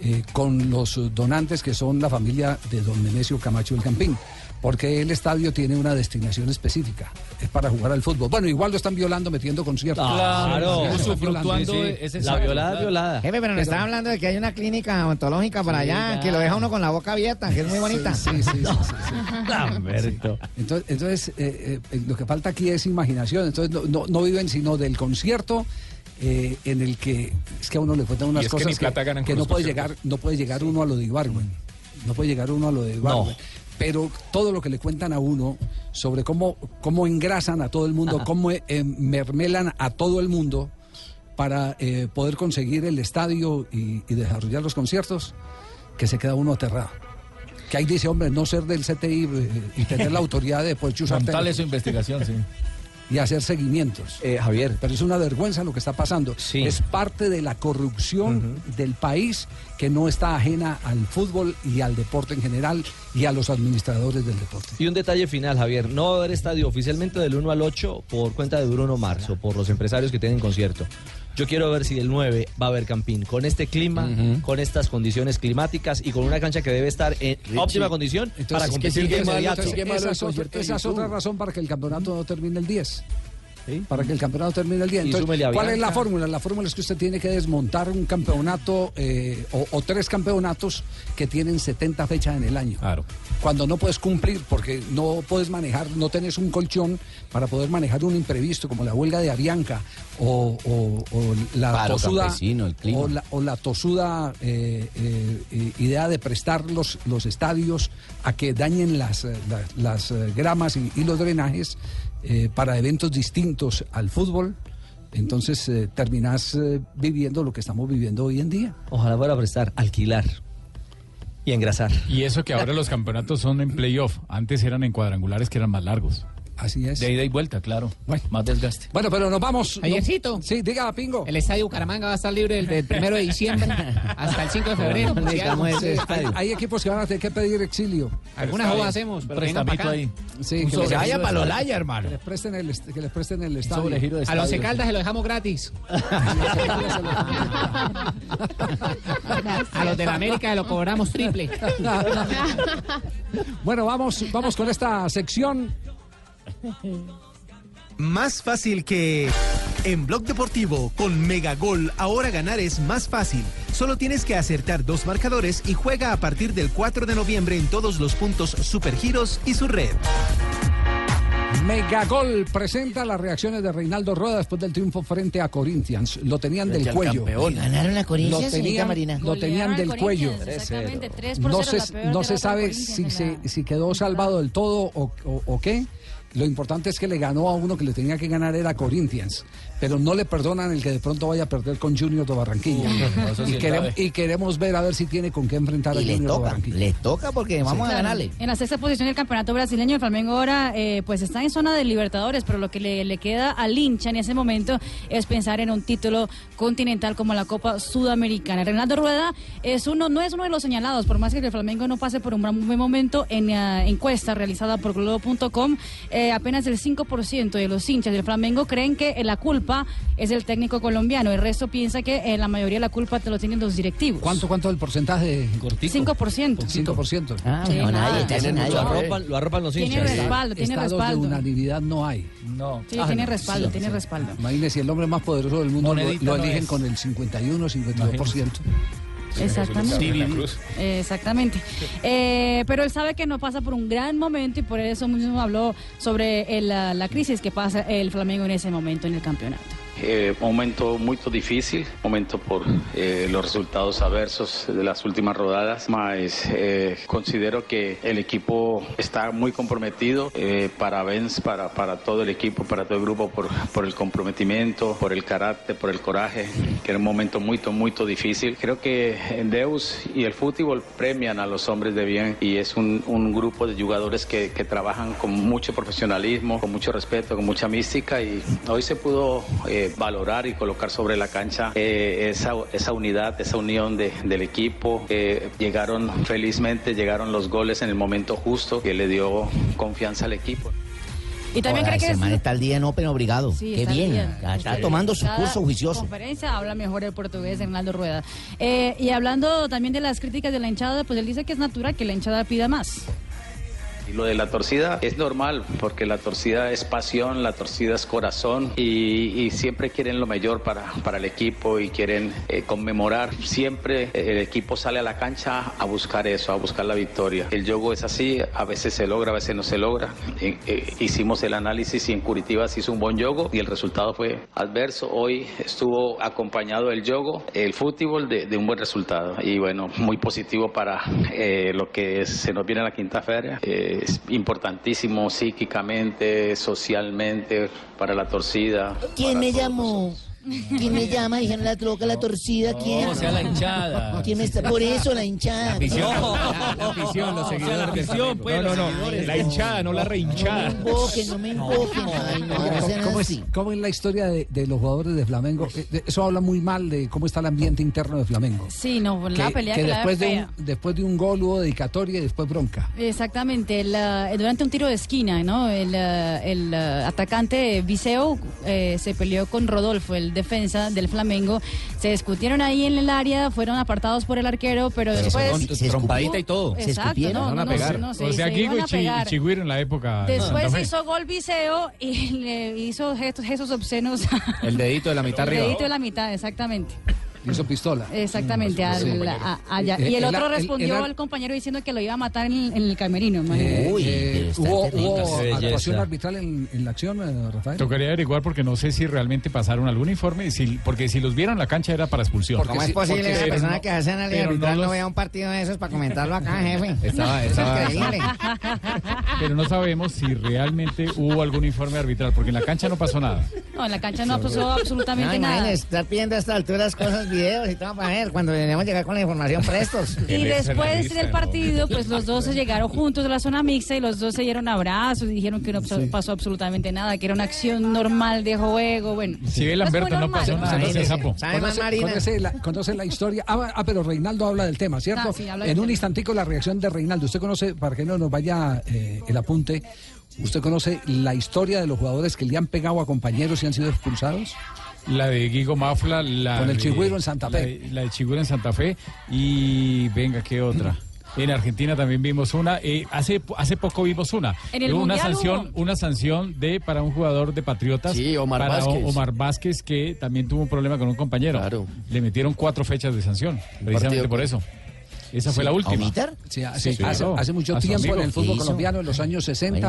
Speaker 9: eh, con los donantes que son la familia de don Nemesio Camacho del Campín, porque el estadio tiene una destinación específica, es para jugar al fútbol. Bueno, igual lo están violando metiendo conciertos.
Speaker 13: Claro.
Speaker 9: Sí, lo están violando.
Speaker 13: La violada, violada.
Speaker 11: Eh,
Speaker 18: Jefe, pero nos estaba hablando de que hay una clínica odontológica para allá, que lo deja uno con la boca abierta, que es muy bonita.
Speaker 9: Sí, sí, sí, sí, sí. Entonces, entonces eh, eh, lo que falta aquí es imaginación. Entonces, no, no- no viven sino del concierto. eh, en el que es que a uno le cuentan unas
Speaker 17: es que ni
Speaker 9: cosas que,
Speaker 17: plata ganan
Speaker 9: que
Speaker 17: con
Speaker 9: no
Speaker 17: los
Speaker 9: puede llegar
Speaker 17: conciertos.
Speaker 9: no puede llegar uno a lo de Ibargüen no puede llegar uno a lo de Ibargüen pero todo lo que le cuentan a uno sobre cómo cómo engrasan a todo el mundo cómo eh, mermelan a todo el mundo para eh, poder conseguir el estadio y, y desarrollar los conciertos que se queda uno aterrado que ahí dice, hombre, no ser del CTI eh, y tener la autoridad de poder chuzar
Speaker 17: Con tal
Speaker 9: teléfonos
Speaker 17: es su investigación, sí.
Speaker 9: y hacer seguimientos.
Speaker 17: Javier.
Speaker 9: Pero es una vergüenza lo que está pasando. Es parte de la corrupción del país que no está ajena al fútbol y al deporte en general y a los administradores del deporte.
Speaker 13: Y un detalle final, Javier. No va a haber estadio oficialmente del 1 al 8 por cuenta de Bruno Marzo, por los empresarios que tienen concierto. Yo quiero ver si del 9 va a haber Campín. Con este clima, con estas condiciones climáticas y con una cancha que debe estar en óptima condición para
Speaker 9: es que
Speaker 13: competir de
Speaker 9: sigue malo,
Speaker 13: inmediato.
Speaker 9: entonces, esa es otra- esa es otra razón para que el campeonato no termine el 10. Para que el campeonato termine el 10.
Speaker 13: Y
Speaker 9: Entonces,
Speaker 13: súmele a
Speaker 9: ¿Cuál es la
Speaker 13: Bianca.
Speaker 9: fórmula? La fórmula es que usted tiene que desmontar un campeonato eh, o, o tres campeonatos que tienen 70 fechas en el año. Claro. Cuando no puedes cumplir porque no puedes manejar, no tenés un colchón para poder manejar un imprevisto como la huelga de Avianca o, o- o la
Speaker 11: Paro
Speaker 9: tosuda
Speaker 11: campesino, el clima.
Speaker 9: o la, o la tosuda eh, eh, eh, idea de prestar los, los estadios a que dañen las, eh, las, las, eh, gramas y, y los drenajes eh, para eventos distintos al fútbol, entonces eh, terminás eh, viviendo lo que estamos viviendo hoy en día.
Speaker 13: Ojalá fuera a prestar, alquilar y engrasar.
Speaker 22: Y eso que ahora los campeonatos son en playoff. Antes eran en cuadrangulares que eran más largos.
Speaker 9: Así es.
Speaker 22: De ida y vuelta, claro. Más desgaste.
Speaker 9: Bueno, pero nos vamos.
Speaker 4: Ayercito.
Speaker 9: Sí, diga, Pingo.
Speaker 4: El estadio Bucaramanga va a estar libre desde el primero de diciembre hasta el 5 de febrero.
Speaker 9: Sí,
Speaker 4: Digamos,
Speaker 9: hay- hay, hay equipos que van a tener que pedir exilio.
Speaker 4: Algunas jodas hacemos, pero vengan para acá.
Speaker 9: Sí,
Speaker 4: Un
Speaker 9: que les-
Speaker 4: sobregiro de estadio.
Speaker 9: Que les presten el, est- que les presten el estadio.
Speaker 4: A los Caldas se lo dejamos gratis. A los de la América se lo cobramos triple.
Speaker 9: Bueno, vamos, vamos con esta sección.
Speaker 2: Más fácil que... En Blog Deportivo, con Megagol, ahora ganar es más fácil. Solo tienes que acertar dos marcadores y juega a partir del 4 de noviembre en todos los puntos Supergiros y su red.
Speaker 9: Megagol presenta las reacciones de Reinaldo Rueda después del triunfo frente a Corinthians. Lo tenían
Speaker 11: Frente
Speaker 9: del
Speaker 11: al
Speaker 9: cuello.
Speaker 11: campeón. Ganaron a Corinthians,
Speaker 9: Lo
Speaker 11: señorita
Speaker 9: tenían,
Speaker 11: Marina.
Speaker 9: Lo tenían
Speaker 11: Golearon
Speaker 9: del
Speaker 11: al
Speaker 9: cuello.
Speaker 11: Corinthians,
Speaker 25: Exactamente, 3 por
Speaker 9: No
Speaker 25: 0, la
Speaker 9: se,
Speaker 25: peor
Speaker 9: no se
Speaker 25: derrota de
Speaker 9: sabe
Speaker 25: Corinthians
Speaker 9: si,
Speaker 25: en
Speaker 9: se,
Speaker 25: la-
Speaker 9: si quedó salvado del todo o, o- o qué. Lo importante es que le ganó a uno que le tenía que ganar era Corinthians. Pero no le perdonan el que de pronto vaya a perder con Junior de Barranquilla.
Speaker 11: Uy, no, eso sí
Speaker 9: y,
Speaker 11: es
Speaker 9: querem-
Speaker 11: grave.
Speaker 9: y queremos ver a ver si tiene con qué enfrentar a
Speaker 11: Y le
Speaker 9: Junior de
Speaker 11: toca,
Speaker 9: Barranquilla.
Speaker 11: le toca porque vamos a
Speaker 25: Claro.
Speaker 11: ganarle.
Speaker 25: En la sexta posición del campeonato brasileño, el Flamengo ahora eh, pues está en zona de Libertadores, pero lo que le, le queda al hincha en ese momento es pensar en un título continental como la Copa Sudamericana. Reinaldo Rueda es uno, no es uno de los señalados, por más que el Flamengo no pase por un gran- buen momento en la encuesta realizada por Globo.com, eh, apenas el 5% de los hinchas del Flamengo creen que eh, la culpa es el técnico colombiano, el resto piensa que eh, la mayoría de la culpa te lo tienen los directivos.
Speaker 9: ¿Cuánto, cuánto el porcentaje?
Speaker 25: 5%.
Speaker 9: 5%.
Speaker 12: Ah.
Speaker 25: Sí, no, nada, nadie, casi tienen nadie.
Speaker 13: Lo arropan- lo arropan los
Speaker 25: Tiene hinchas. respaldo, tiene
Speaker 9: Estados
Speaker 25: respaldo.
Speaker 9: de unanimidad no hay. Ah,
Speaker 25: No. Sí, tiene respaldo, tiene respaldo.
Speaker 9: Imagínese, el hombre más poderoso del mundo lo,
Speaker 25: Monedita
Speaker 9: lo
Speaker 25: no
Speaker 9: eligen
Speaker 25: es.
Speaker 9: con el 51, 52%.
Speaker 25: Exactamente.
Speaker 17: Sí, Veracruz.
Speaker 25: Eh, Exactamente. Eh, pero él sabe que no pasa por un gran momento y por eso mismo habló sobre el, la, la crisis que pasa el Flamengo en ese momento en el campeonato.
Speaker 19: Eh, momento muy difícil, momento por eh, los resultados adversos de las últimas rodadas, mas eh, considero que el equipo está muy comprometido, eh, parabéns para, para todo el equipo, para todo el grupo por, por el comprometimiento, por el carácter, por el coraje, que era un momento muy, muy difícil. Creo que en Deus y el fútbol premian a los hombres de bien y es un, un grupo de jugadores que, que trabajan con mucho profesionalismo, con mucho respeto, con mucha mística y hoy se pudo eh, valorar y colocar sobre la cancha eh, esa, esa unidad, esa unión de- del equipo. Eh, llegaron felizmente, llegaron los goles en el momento justo que le dio confianza al equipo.
Speaker 25: Y también cree que es-
Speaker 1: semana está al día en Open, obligado.
Speaker 25: Sí,
Speaker 1: Qué
Speaker 25: está
Speaker 1: bien.
Speaker 25: bien.
Speaker 1: Está, está
Speaker 25: Sí.
Speaker 1: tomando su
Speaker 25: Cada
Speaker 1: curso juicioso.
Speaker 25: conferencia habla mejor el portugués Hernando Rueda. Eh, y hablando también de las críticas de la hinchada, pues él dice que es natural que la hinchada pida más.
Speaker 19: Y lo de la torcida es normal, porque la torcida es pasión, la torcida es corazón y, y siempre quieren lo mejor para, para el equipo y quieren eh, conmemorar. Siempre eh, el equipo sale a la cancha a buscar eso, a buscar la victoria. El juego es así, a veces se logra, a veces no se logra. Eh, eh, hicimos el análisis y en Curitiba se hizo un buen juego y el resultado fue adverso. Hoy estuvo acompañado el juego, el fútbol, de, de un buen resultado. Y bueno, muy positivo para eh, lo que es- se nos viene la quinta feria. Eh, es importantísimo psíquicamente, socialmente, para la torcida.
Speaker 1: ¿Quién me llamó? ¿Quién me llama? Dijeron la troca, la torcida. ¿Quién?
Speaker 19: o sea, la hinchada.
Speaker 1: ¿Quién me está? Por eso la hinchada.
Speaker 17: La afición, los seguidores.
Speaker 1: la afición,
Speaker 17: pues, no, no, no. La hinchada, no la rehinchada.
Speaker 1: No me invoquen, no me invoquen. Ay, no, no sean
Speaker 9: ¿Cómo es,
Speaker 1: así.
Speaker 9: cómo es la historia de, de los jugadores de Flamengo?
Speaker 17: Pues-
Speaker 9: Eh, de- Eso habla muy mal de cómo está el ambiente interno de Flamengo.
Speaker 25: Sí, no, la pelea que, la
Speaker 9: después, de
Speaker 25: fea.
Speaker 9: un, después de un gol hubo dedicatoria y después bronca.
Speaker 25: Exactamente, el, eh, durante un tiro de esquina, ¿no? El, eh, el, eh, atacante Viseo eh, se peleó con Rodolfo, el defensa del Flamengo. Se discutieron ahí en el área, fueron apartados por el arquero, pero,
Speaker 17: Pero se
Speaker 25: después.
Speaker 17: escupió. Trompadita y todo. Se
Speaker 25: Exacto,
Speaker 17: escupieron.
Speaker 25: no,
Speaker 17: Se van
Speaker 25: no,
Speaker 17: a
Speaker 25: no,
Speaker 17: pegar.
Speaker 25: no, sí,
Speaker 17: O sea,
Speaker 25: se
Speaker 17: Guigo
Speaker 25: iban a
Speaker 17: y Chi-
Speaker 25: pegar.
Speaker 17: Chigüiro en la época. de
Speaker 25: Después
Speaker 17: Santa Fe.
Speaker 25: hizo gol Viseo y le hizo gestos, gestos obscenos.
Speaker 23: El dedito de la mitad
Speaker 25: al
Speaker 23: arriba.
Speaker 25: dedito de la mitad, exactamente.
Speaker 9: Hizo pistola.
Speaker 25: Exactamente,
Speaker 12: Mm,
Speaker 25: al-
Speaker 9: Sí.
Speaker 25: a- allá. Y
Speaker 9: Eh,
Speaker 25: el,
Speaker 9: el-
Speaker 25: otro
Speaker 9: el-
Speaker 25: respondió
Speaker 9: el-
Speaker 25: al compañero diciendo que lo iba a matar en el, en el camerino.
Speaker 9: Eh,
Speaker 25: imagínate.
Speaker 9: eh,
Speaker 17: está
Speaker 9: hubo
Speaker 17: terrible.
Speaker 9: hubo
Speaker 17: Qué belleza.
Speaker 9: actuación arbitral en, en la acción, eh, Rafael.
Speaker 17: Tocaría averiguar porque no sé si realmente pasaron algún informe, y si- porque si los vieron en la cancha era para expulsión.
Speaker 18: ¿Cómo es posible que una persona que hace análisis
Speaker 17: pero no
Speaker 18: arbitral no,
Speaker 17: los-
Speaker 18: vea un partido de esos para comentarlo acá, jefe?
Speaker 17: Estaba-
Speaker 18: Eso
Speaker 17: estaba-
Speaker 18: Es increíble.
Speaker 17: Pero no sabemos si realmente hubo algún informe arbitral, porque en la cancha no pasó nada.
Speaker 25: No, en la cancha Ah, no pasó absolutamente
Speaker 11: Ah,
Speaker 18: No,
Speaker 25: nada.
Speaker 18: imagínese, Estar pidiendo a estas alturas cosas, videos y todo para ver cuando deberíamos llegar con la información prestos.
Speaker 25: Y después del partido, pues los dos se llegaron juntos a la zona mixta y los dos se dieron abrazos y dijeron que no pasó- pasó absolutamente nada, que era una acción normal de juego. Bueno,
Speaker 17: Si ve Lamberto, no pasó nada. No sea sapo.
Speaker 9: Conoce, conoce la, conoce la historia. Ah, va- ah, pero Reinaldo habla del tema, ¿cierto?
Speaker 25: Ah, sí, habla del
Speaker 9: en un
Speaker 25: tema.
Speaker 9: instantico la reacción de Reinaldo. Usted conoce, para que no nos vaya eh, el apunte, ¿usted conoce la historia de los jugadores que le han pegado a compañeros y han sido expulsados?
Speaker 17: La de Guigo Mafla, la
Speaker 9: Con el
Speaker 17: de-
Speaker 9: Chigüiro en Santa
Speaker 17: la
Speaker 9: Fe.
Speaker 17: de- La de, Chigüiro en Santa Fe y venga, ¿qué otra? En Argentina también vimos una, eh, hace, hace poco vimos una,
Speaker 23: En el
Speaker 17: Eh, una
Speaker 23: Mundial
Speaker 17: sanción, una sanción de para un jugador de Patriotas,
Speaker 23: Sí, Omar
Speaker 17: para
Speaker 23: Vázquez.
Speaker 17: O- Omar Vázquez que también tuvo un problema con un compañero, le metieron cuatro fechas de sanción, precisamente
Speaker 23: partido.
Speaker 17: por eso. Esa
Speaker 9: Sí.
Speaker 17: fue la última.
Speaker 9: Sí, hace,
Speaker 17: Sí,
Speaker 9: hace-
Speaker 17: claro.
Speaker 9: hace mucho
Speaker 17: A su
Speaker 9: tiempo en
Speaker 17: amigo.
Speaker 9: el
Speaker 17: ¿Qué
Speaker 9: fútbol
Speaker 17: hizo?
Speaker 9: colombiano, en los años 60,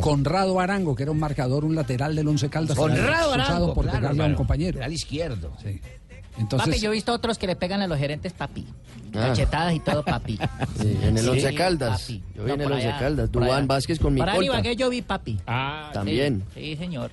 Speaker 9: Conrado Arango, que era un marcador, un lateral del Once Caldas, fue
Speaker 3: Conrado
Speaker 9: expulsado
Speaker 3: Arango,
Speaker 9: por
Speaker 3: claro,
Speaker 9: pegarle a un
Speaker 3: claro.
Speaker 9: compañero.
Speaker 3: Al izquierdo.
Speaker 9: Entonces,
Speaker 3: papi, yo he visto otros que le pegan a los gerentes, papi.
Speaker 9: Ah.
Speaker 3: Cachetadas y todo, papi.
Speaker 9: eh,
Speaker 12: en el
Speaker 3: Sí,
Speaker 12: Once Caldas.
Speaker 3: papi.
Speaker 12: Yo vi en el
Speaker 3: por
Speaker 12: Once Caldas.
Speaker 3: por
Speaker 12: Dubán
Speaker 3: allá.
Speaker 12: Vázquez con mi
Speaker 3: Por ahí en
Speaker 12: colta.
Speaker 3: Ibagué yo vi, papi.
Speaker 12: Ah,
Speaker 3: Sí,
Speaker 12: también.
Speaker 3: Sí, señor.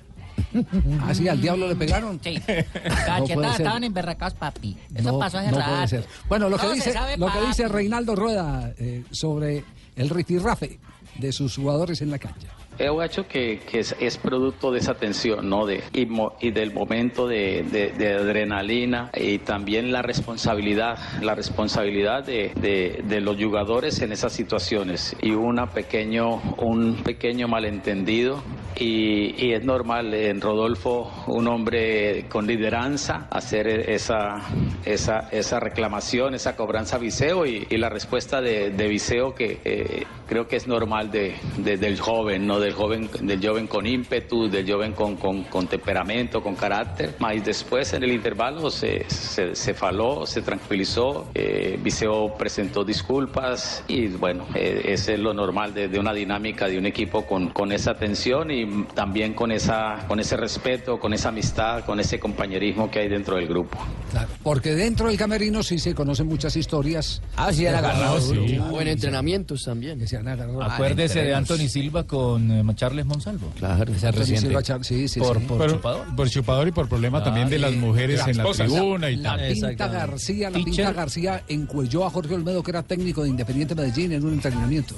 Speaker 9: Ah, sí, al diablo le pegaron.
Speaker 3: Sí.
Speaker 9: No puede
Speaker 3: Cachetadas,
Speaker 9: ser.
Speaker 3: estaban emberracados, papi. Eso
Speaker 9: No,
Speaker 3: pasó hace
Speaker 9: no
Speaker 3: rato.
Speaker 9: puede ser. Bueno, lo,
Speaker 3: Todo
Speaker 9: que
Speaker 3: se
Speaker 9: dice,
Speaker 3: sabe,
Speaker 9: lo que
Speaker 3: papi.
Speaker 9: dice Reinaldo Rueda eh, sobre el ritirrafe de sus jugadores en la cancha.
Speaker 19: Es un hecho Eh, que, que es, es producto de esa tensión, ¿no? De, y, mo- y del momento de, de- de adrenalina y también la responsabilidad, la responsabilidad de, de- de los jugadores en esas situaciones. Y una pequeño, un pequeño malentendido y, y es normal en Rodolfo, un hombre con lideranza, hacer esa, esa, esa reclamación, esa cobranza a Viseo y, y la respuesta de, de Viseo que eh, creo que es normal de, de- del joven, ¿no? Del joven, del joven con ímpetu, del joven con, con, con temperamento, con carácter. Mas después en el intervalo se, se, se faló, se tranquilizó, eh, Viseo presentó disculpas y bueno, eh, ese es lo normal de, de una dinámica de un equipo con, con esa tensión y también con, esa, con ese respeto, con esa amistad, con ese compañerismo que hay dentro del grupo.
Speaker 9: Claro, porque dentro del camerino sí se conocen muchas historias.
Speaker 19: Ah, sí, han agarrado, sí.
Speaker 9: O en entrenamientos también. Que se han agarrado.
Speaker 12: Ah,
Speaker 22: Ah,
Speaker 3: Acuérdese de Anthony Silva con eh, Charles Monsalvo. Claro, esa
Speaker 9: Anthony Silva, Char- sí, sí,
Speaker 3: por,
Speaker 9: sí.
Speaker 3: por
Speaker 9: Pero-
Speaker 3: chupador. Ah,
Speaker 17: Por chupador y por problema también de las mujeres en la tribuna y
Speaker 9: la
Speaker 17: tal.
Speaker 9: Pinta García, la Pinta García encuelló a Jorge Olmedo, que era técnico de Independiente Medellín, en un entrenamiento.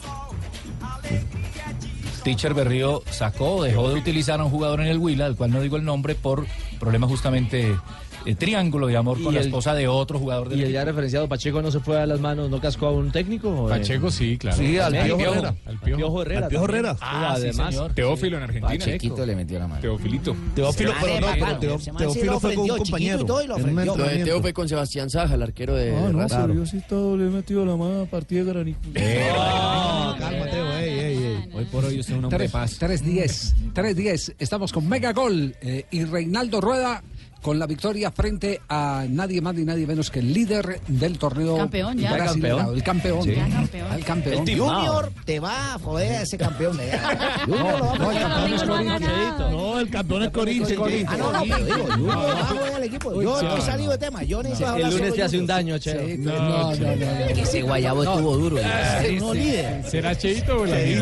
Speaker 3: Teacher Berrío sacó, dejó de utilizar a un jugador en el Huila, al cual no digo el nombre, por problemas justamente eh, triángulo de amor con
Speaker 13: Y
Speaker 3: la
Speaker 13: el-
Speaker 3: esposa de otro jugador del
Speaker 13: Y el ya referenciado Pacheco no se fue a las manos, no cascó a un técnico.
Speaker 3: Pacheco sí, claro.
Speaker 13: Sí, al
Speaker 3: Al
Speaker 13: Piojo
Speaker 3: Piojo.
Speaker 13: Herrera.
Speaker 3: Al
Speaker 13: Al
Speaker 3: Piojo.
Speaker 13: Piojo Herrera.
Speaker 3: Al Piojo
Speaker 13: también.
Speaker 3: Herrera.
Speaker 13: Ah,
Speaker 3: Ah, sí,
Speaker 13: además.
Speaker 3: señor.
Speaker 17: Teófilo en Argentina.
Speaker 3: Pachequito
Speaker 17: le metió la mano. Teófilito.
Speaker 12: Teófilo,
Speaker 17: Se
Speaker 12: pero
Speaker 17: vale,
Speaker 12: no,
Speaker 17: papá.
Speaker 12: pero Teo-
Speaker 17: Ese man sí
Speaker 12: Teófilo
Speaker 17: lo
Speaker 12: fue con un
Speaker 17: ofendió,
Speaker 12: compañero.
Speaker 17: chiquito y todo, y lo
Speaker 12: en un
Speaker 17: ofendió.
Speaker 3: Lo de
Speaker 12: entrenamiento.
Speaker 3: Teo fue
Speaker 22: con Sebastián Saja, el arquero de.
Speaker 3: Ah, no,
Speaker 12: Claro.
Speaker 3: subió,
Speaker 22: sí todo, le he metido la mano a partir de granico.
Speaker 12: Eh,
Speaker 22: Ah,
Speaker 13: No, cálmate, güey, ey, ey. Hoy por hoy usted es un hombre de paz.
Speaker 3: Mm.
Speaker 9: 3-10, 3-10. Estamos con Mega Gol eh, y Reinaldo Rueda con la victoria frente a nadie más ni nadie menos que el líder del torneo.
Speaker 11: Campeón, ya.
Speaker 9: brasileño,
Speaker 11: Ya campeón.
Speaker 9: El campeón.
Speaker 11: Sí. Ya
Speaker 9: Al campeón.
Speaker 11: Junior te va a joder a ese campeón. eh. Junior lo va a
Speaker 9: No, el
Speaker 11: joder.
Speaker 9: campeón es Corinthians.
Speaker 12: No, el campeón es Corinthians.
Speaker 11: Ah, no, no, pero digo, Junior va a joder al equipo. Yo estoy salido de tema. Yo necesito hablar
Speaker 13: El lunes
Speaker 11: solo
Speaker 13: te hace un
Speaker 11: Junior.
Speaker 13: daño, Cheo.
Speaker 11: No, no, no. Que ese guayabo estuvo duro.
Speaker 26: Ah,
Speaker 11: eh. No líder.
Speaker 17: ¿Será Cheito o la
Speaker 11: Y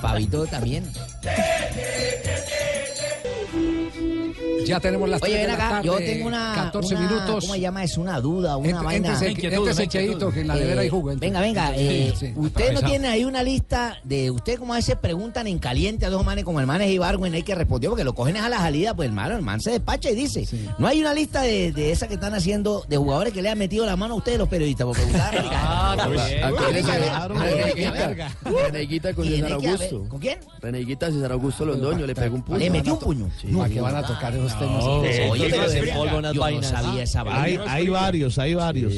Speaker 11: Fabito también.
Speaker 9: Ya tenemos las
Speaker 11: Oye,
Speaker 9: tres
Speaker 11: ven
Speaker 9: de la
Speaker 11: acá,
Speaker 9: tarde,
Speaker 11: yo tengo una.
Speaker 9: 14
Speaker 11: una-
Speaker 9: minutos.
Speaker 11: ¿Cómo se llama? Es una duda, una
Speaker 9: Ent-
Speaker 11: vaina. Eh,
Speaker 9: éntese- Una inquietud, éntese, una inquietud. Cheito, que en la nevera hay jugo, éntese.
Speaker 11: Venga, venga.
Speaker 9: Sí,
Speaker 11: eh,
Speaker 9: sí,
Speaker 11: usted no
Speaker 9: atravesado.
Speaker 11: tiene ahí una lista de. Usted, como a veces preguntan en caliente a dos manes como el man es Ibargüen, hay que respondió porque lo cogen es a la salida. Pues, hermano, el man se despacha y dice: No hay una lista de, de esa que están haciendo de jugadores que le han metido la mano a ustedes, los periodistas, por preguntar.
Speaker 22: Ah, también.
Speaker 11: Ah,
Speaker 22: Aquí le
Speaker 11: venga,
Speaker 22: llegaron
Speaker 11: venga,
Speaker 22: a
Speaker 11: venga,
Speaker 22: Reneguita.
Speaker 11: venga.
Speaker 22: Reneguita con
Speaker 11: Y
Speaker 22: César
Speaker 11: Reneguita, a ver,
Speaker 22: Augusto.
Speaker 11: ¿Con quién?
Speaker 22: Reneguita a César Augusto Londoño le pegó un puño.
Speaker 11: Le metió un puño.
Speaker 22: ¿Para
Speaker 11: qué van a
Speaker 22: tocar esos
Speaker 11: temas? Oye, pero yo no
Speaker 15: Ah,
Speaker 11: sabía esa vaina.
Speaker 12: Hay, hay varios, hay varios.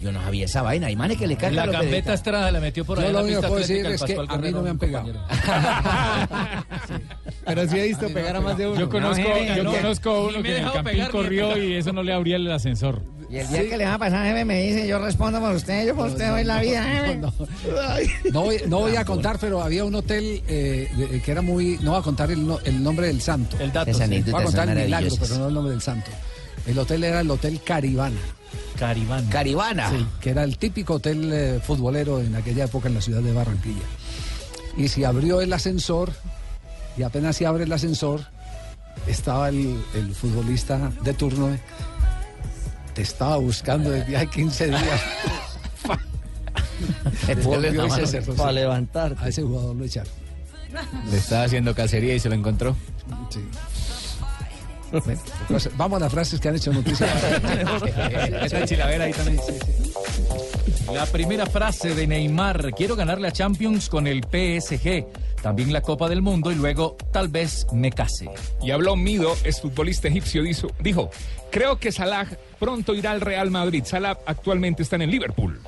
Speaker 11: Yo no sabía esa vaina. Hay manes que le caen a
Speaker 3: La
Speaker 11: los
Speaker 3: gambeta Estrada la metió por ahí
Speaker 9: Yo
Speaker 3: en la
Speaker 9: lo único que
Speaker 3: pista
Speaker 9: puedo decir
Speaker 3: atlética, el
Speaker 9: es que
Speaker 3: Pascual
Speaker 9: a mí no
Speaker 3: Guerrero.
Speaker 9: me han pegado.
Speaker 12: Pero sí he visto pegar a más de
Speaker 17: Yo conozco, yo conozco a
Speaker 3: Ni
Speaker 17: uno
Speaker 3: me he
Speaker 17: que en el
Speaker 3: dejado
Speaker 17: Campín
Speaker 3: pegar, ni me he
Speaker 17: corrió
Speaker 3: pegado.
Speaker 17: y eso no le abría el ascensor.
Speaker 15: Y el día que le va a pasar, jefe, me dice, yo respondo por usted, yo por usted doy la vida, jefe.
Speaker 9: No voy, no voy a contar, pero había un hotel eh, de- que era muy. No voy a contar el, no- el nombre del santo. El Voy
Speaker 3: dato, Esas sí.
Speaker 9: a
Speaker 3: anécdotas
Speaker 9: contar
Speaker 3: son
Speaker 9: el milagro,
Speaker 3: maravillosas.
Speaker 9: pero no el nombre del santo. El hotel era el Hotel Caribana.
Speaker 3: Caribana.
Speaker 11: Caribana.
Speaker 9: Que era el típico hotel eh, futbolero en aquella época en la ciudad de Barranquilla. Y se abrió el ascensor, y apenas se abre el ascensor, estaba el, el futbolista de turno. eh, Te estaba buscando desde hace 15 días. Volvió y se cerró.
Speaker 13: Para levantarte.
Speaker 9: A ese jugador lo echaron.
Speaker 26: Le estaba haciendo cacería y se lo encontró.
Speaker 9: Sí. Entonces, pues vamos a las frases que han hecho noticias.
Speaker 3: Esa chilavera ahí también. La primera frase de Neymar, quiero ganar la Champions con el PSG, también la Copa del Mundo y luego tal vez me case.
Speaker 20: Y habló Mido, es futbolista egipcio, dijo, dijo, creo que Salah pronto irá al Real Madrid. Salah actualmente está en el Liverpool.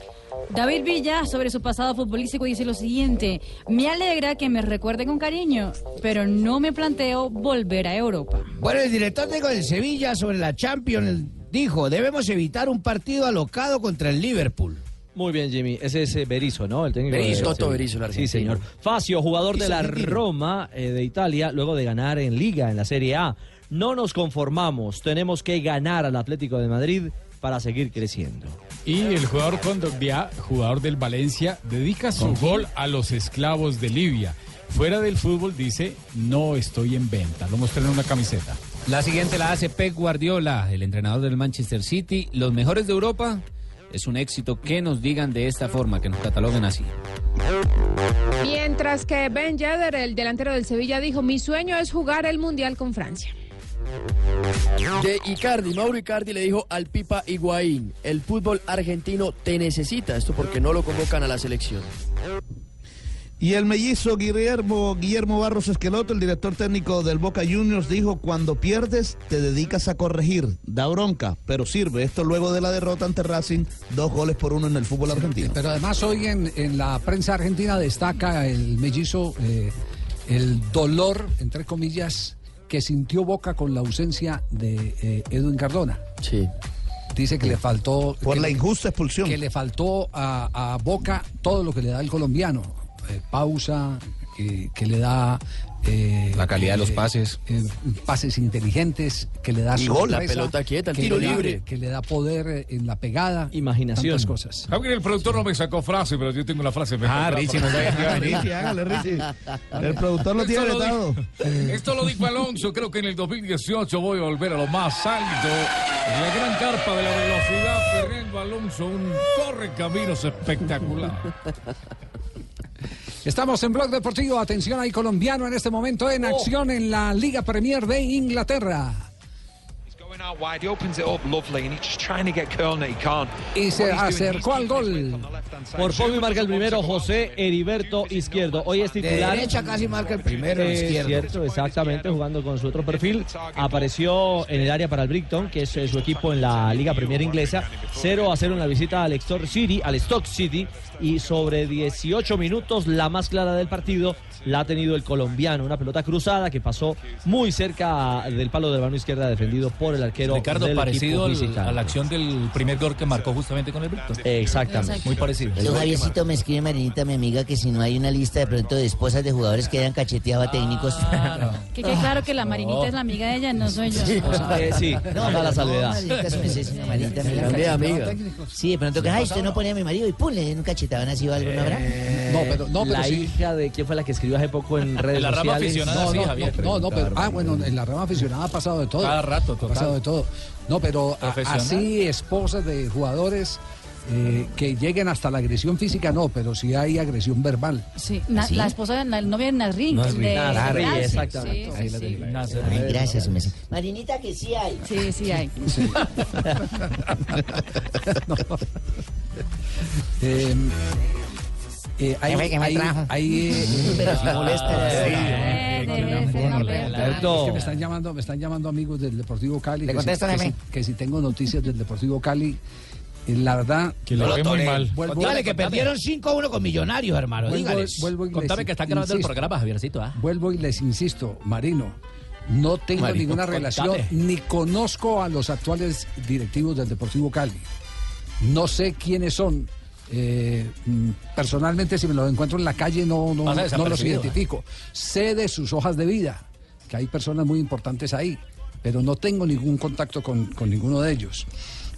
Speaker 25: David Villa, sobre su pasado futbolístico, dice lo siguiente: Me alegra que me recuerde con cariño, pero no me planteo volver a Europa.
Speaker 15: Bueno, el director técnico del Sevilla sobre la Champions dijo, debemos evitar un partido alocado contra el Liverpool.
Speaker 13: Muy bien, Jimmy. Ese es eh, Berizzo, ¿no? El técnico
Speaker 27: Berizzo,
Speaker 13: de-
Speaker 27: Toto
Speaker 13: sí.
Speaker 27: Berizzo, el
Speaker 13: Sí,
Speaker 27: argentino.
Speaker 13: señor. Facio, jugador de la Roma eh, de Italia, luego de ganar en Liga, en la Serie A. No nos conformamos. Tenemos que ganar al Atlético de Madrid para seguir creciendo.
Speaker 17: Y el jugador Condogbia, jugador del Valencia, dedica su gol a los esclavos de Libia. Fuera del fútbol dice, no estoy en venta. Lo mostré en una camiseta.
Speaker 26: La siguiente la hace Pep Guardiola, el entrenador del Manchester City. Los mejores de Europa. Es un éxito que nos digan de esta forma, que nos cataloguen así.
Speaker 14: Mientras que Ben Yedder, el delantero del Sevilla, dijo, mi sueño es jugar el Mundial con Francia.
Speaker 22: De Icardi, Mauro Icardi le dijo al Pipa Higuaín, el fútbol argentino te necesita, esto porque no lo convocan a la selección.
Speaker 15: Y el mellizo Guillermo, Guillermo Barros Esqueloto, el director técnico del Boca Juniors, dijo, cuando pierdes te dedicas a corregir, da bronca, pero sirve. Esto luego de la derrota ante Racing, dos goles por uno en el fútbol argentino.
Speaker 9: Pero además hoy en, en la prensa argentina destaca el mellizo, eh, el dolor, entre comillas, que sintió Boca con la ausencia de eh, Edwin Cardona.
Speaker 12: Sí.
Speaker 9: Dice que le faltó...
Speaker 15: Por
Speaker 9: que
Speaker 15: la
Speaker 9: le-
Speaker 15: injusta expulsión.
Speaker 9: Que le faltó a, a Boca todo lo que le da el colombiano. eh, pausa, que, que le da... eh,
Speaker 23: La calidad de los
Speaker 9: eh,
Speaker 23: pases.
Speaker 9: eh, pases inteligentes, que le da
Speaker 23: Y gol, la
Speaker 9: sorpresa,
Speaker 23: pelota quieta, el
Speaker 9: que
Speaker 23: tiro
Speaker 9: le da-
Speaker 23: libre.
Speaker 9: Que le da poder eh, en la pegada. Imaginación. Tantas cosas.
Speaker 17: Javier, el productor no me sacó frase, pero yo tengo la frase.
Speaker 9: Ah, Richie, no sabía que iba a venir.
Speaker 15: Richie, hágale, Richie. El productor lo tiene
Speaker 17: Esto lo
Speaker 15: vetado.
Speaker 17: Esto lo dijo Alonso, creo que en el 2018 voy a volver a lo más alto. En la gran carpa de la velocidad, Fernando Alonso, un corre caminos espectacular.
Speaker 9: Estamos en Blog Deportivo. Atención, hay colombiano en este momento en
Speaker 13: Oh.
Speaker 9: acción en la Liga Premier de Inglaterra.
Speaker 28: Going out wide, he opens it up lovely, and he's just trying to get Kölner, he can't.
Speaker 9: Y se acercó al gol.
Speaker 13: Por poco y marca el primero José Heriberto Izquierdo. Hoy es titular.
Speaker 11: derecha casi marca el primero,
Speaker 13: Es
Speaker 11: izquierdo.
Speaker 13: cierto, exactamente, jugando con su otro perfil. Apareció en el área para el Brighton, que es eh, su equipo en la Liga Premier Inglesa. 0 a 0 en la visita al Stock City, al Stock City. Y sobre 18 minutos, la más clara del partido la ha tenido el colombiano. Una pelota cruzada que pasó muy cerca del palo de la mano izquierda, defendido por el arquero.
Speaker 29: Ricardo,
Speaker 13: del equipo
Speaker 29: parecido al-
Speaker 13: visitante.
Speaker 29: a la acción del primer gol que marcó justamente con el Brighton.
Speaker 13: Exactamente.
Speaker 29: Muy parecido.
Speaker 1: Don Javiercito me escribe Marinita, mi amiga, que si no hay una lista de pronto de esposas de jugadores que hayan cacheteado a técnicos.
Speaker 25: Que quede claro que la Marinita es la amiga de ella, no soy yo.
Speaker 1: Eh, sí, no,
Speaker 13: haga la
Speaker 1: no,
Speaker 13: salvedad.
Speaker 1: maldita su merced, señor, maldita,
Speaker 13: Se
Speaker 1: mira,
Speaker 13: cambia de
Speaker 1: cachetado
Speaker 13: amiga.
Speaker 1: técnico. Sí, de pronto que, ay, usted no ponía a mi marido y pum, le den un cachetadón así o algo, ¿no habrá?
Speaker 13: No, pero, no, pero Eh, la hija de quién fue la que escribió hace poco en redes
Speaker 1: La rama
Speaker 13: sociales.
Speaker 1: aficionada,
Speaker 9: No, no, no, no, pero, ah, bueno, en la rama aficionada ha pasado de todo.
Speaker 13: Cada rato,
Speaker 9: Ha
Speaker 13: total.
Speaker 9: pasado de todo. No, pero a-
Speaker 13: Profesional.
Speaker 9: así esposas de jugadores eh, que lleguen hasta la agresión física, no, pero sí hay agresión verbal. ¿Ah,
Speaker 25: Sí, na-
Speaker 9: ¿Sí?
Speaker 25: La esposa, de- la novia de Nasrin.
Speaker 9: Nasrin,
Speaker 25: de-
Speaker 9: Nasrin,
Speaker 25: Nasrin,
Speaker 9: Ah, exactamente.
Speaker 25: sí,
Speaker 9: Ahí
Speaker 25: sí,
Speaker 9: la
Speaker 25: sí.
Speaker 9: tenía.
Speaker 1: Ay, gracias, su merced.
Speaker 25: Marinita que sí hay. Sí, sí hay.
Speaker 9: Eh, eh, hay,
Speaker 18: Que me
Speaker 9: hay-
Speaker 18: trajo.
Speaker 9: hay, eh,
Speaker 18: Pero se
Speaker 9: ah,
Speaker 18: molesta.
Speaker 9: sí.
Speaker 18: Eh,
Speaker 9: Eh,
Speaker 18: debe
Speaker 9: que
Speaker 18: ser,
Speaker 9: no,
Speaker 18: hombre.
Speaker 9: no,
Speaker 18: Alberto.
Speaker 9: es que me están llamando, me están llamando amigos del Deportivo Cali. que
Speaker 18: ¿Le
Speaker 9: si-
Speaker 18: contesta,
Speaker 9: que, si,
Speaker 18: jefe?
Speaker 9: que si tengo noticias del Deportivo Cali, eh, la verdad
Speaker 17: que le
Speaker 9: ve
Speaker 17: fue muy mal.
Speaker 11: eh, Contale que perdieron 5 a 1 con Millonarios, hermano.
Speaker 9: Vuelvo-
Speaker 11: dígales.
Speaker 9: vuelvo y les
Speaker 11: Contame que está grabando el
Speaker 9: insisto.
Speaker 11: programa, Javiercito, ¿ah?
Speaker 9: Vuelvo y les insisto, Marino, no tengo
Speaker 11: Marino,
Speaker 9: ninguna
Speaker 11: contame.
Speaker 9: relación ni conozco a los actuales directivos del Deportivo Cali. No sé quiénes son. Eh, mm, personalmente, si me los encuentro en la calle, no, no, no
Speaker 29: Pasa
Speaker 9: los
Speaker 29: desapercibido. ¿eh?
Speaker 9: identifico. Sé de sus hojas de vida, que hay personas muy importantes ahí, pero no tengo ningún contacto con, con ninguno de ellos.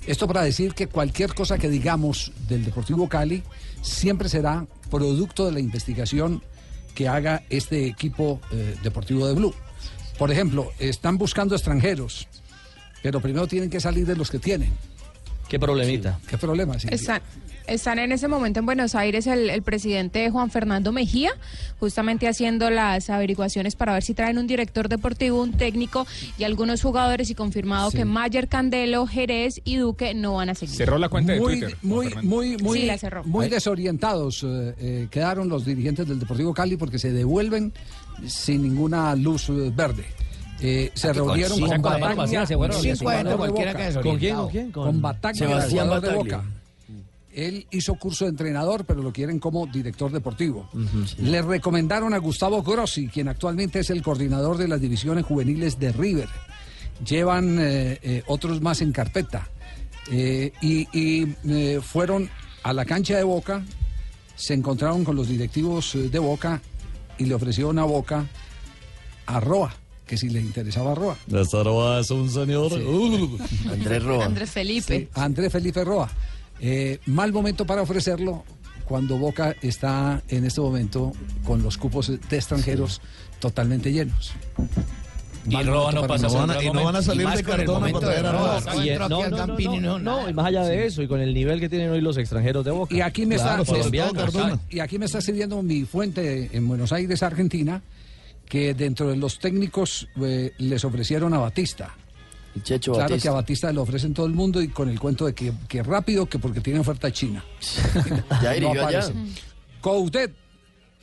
Speaker 9: Esto para decir que cualquier cosa que digamos del Deportivo Cali siempre será producto de la investigación que haga este equipo eh, deportivo de Blue. Por ejemplo, están buscando extranjeros, pero primero tienen que salir de los que tienen.
Speaker 13: Qué problemita.
Speaker 9: ¿Qué problema? Silvia?
Speaker 14: Están, están en ese momento en Buenos Aires el, el presidente Juan Fernando Mejía, justamente haciendo las averiguaciones para ver si traen un director deportivo, un técnico y algunos jugadores y confirmado que Mayer, Candelo, Jerez y Duque no van a seguir.
Speaker 20: Cerró la cuenta de
Speaker 9: muy,
Speaker 20: Twitter.
Speaker 9: Muy, muy, muy,
Speaker 14: Sí, la cerró.
Speaker 9: muy
Speaker 14: Ay.
Speaker 9: desorientados eh, eh, quedaron los dirigentes del Deportivo Cali porque se devuelven sin ninguna luz eh, verde. Eh, se
Speaker 11: Ah, que con
Speaker 9: reunieron
Speaker 11: cinco
Speaker 9: con
Speaker 11: adentro
Speaker 9: Bataglia,
Speaker 11: cualquiera se fueron,
Speaker 9: el
Speaker 11: cinco
Speaker 9: jugador
Speaker 11: adentro
Speaker 9: de
Speaker 11: cualquiera
Speaker 9: Boca.
Speaker 11: queda desorientado. ¿Con quién, con quién? Con
Speaker 9: Con Bataglia, el
Speaker 11: Sebastián
Speaker 9: jugador de
Speaker 11: Bataglia.
Speaker 9: Boca. Él hizo curso de entrenador, pero lo quieren como director deportivo. Le recomendaron a Gustavo Grossi, quien actualmente es el coordinador de las divisiones juveniles de River. Llevan eh, eh, otros más en carpeta. Eh, y y, eh, fueron a la cancha de Boca, se encontraron con los directivos eh, de Boca y le ofrecieron a Boca a Roa, que si le interesaba a Roa.
Speaker 30: Lázaro es un señor. Uh. Andrés
Speaker 14: Felipe.
Speaker 9: A Andrés Felipe Roa. Eh, mal momento para ofrecerlo cuando Boca está en este momento con los cupos de extranjeros totalmente llenos.
Speaker 29: Y Roa no pasa por el gran momento. Y más con el momento de Roa.
Speaker 13: Y, eh,
Speaker 29: Entró
Speaker 13: no,
Speaker 29: aquí
Speaker 13: no,
Speaker 29: al
Speaker 13: no,
Speaker 29: Campín y
Speaker 13: no,
Speaker 29: no,
Speaker 13: no,
Speaker 29: nada.
Speaker 13: y más allá de eso, y con el nivel que tienen hoy los extranjeros de Boca.
Speaker 9: Y aquí me
Speaker 13: Claro,
Speaker 9: está
Speaker 13: colombianos.
Speaker 9: y aquí me está sirviendo mi fuente en Buenos Aires, Argentina, que dentro de los técnicos eh, les ofrecieron a Batista.
Speaker 12: Checho
Speaker 9: claro
Speaker 12: Batista.
Speaker 9: que a Batista le ofrecen todo el mundo y con el cuento de que, que rápido, que porque tiene oferta china.
Speaker 12: Ya dirigió allá.
Speaker 9: aparece. Coudet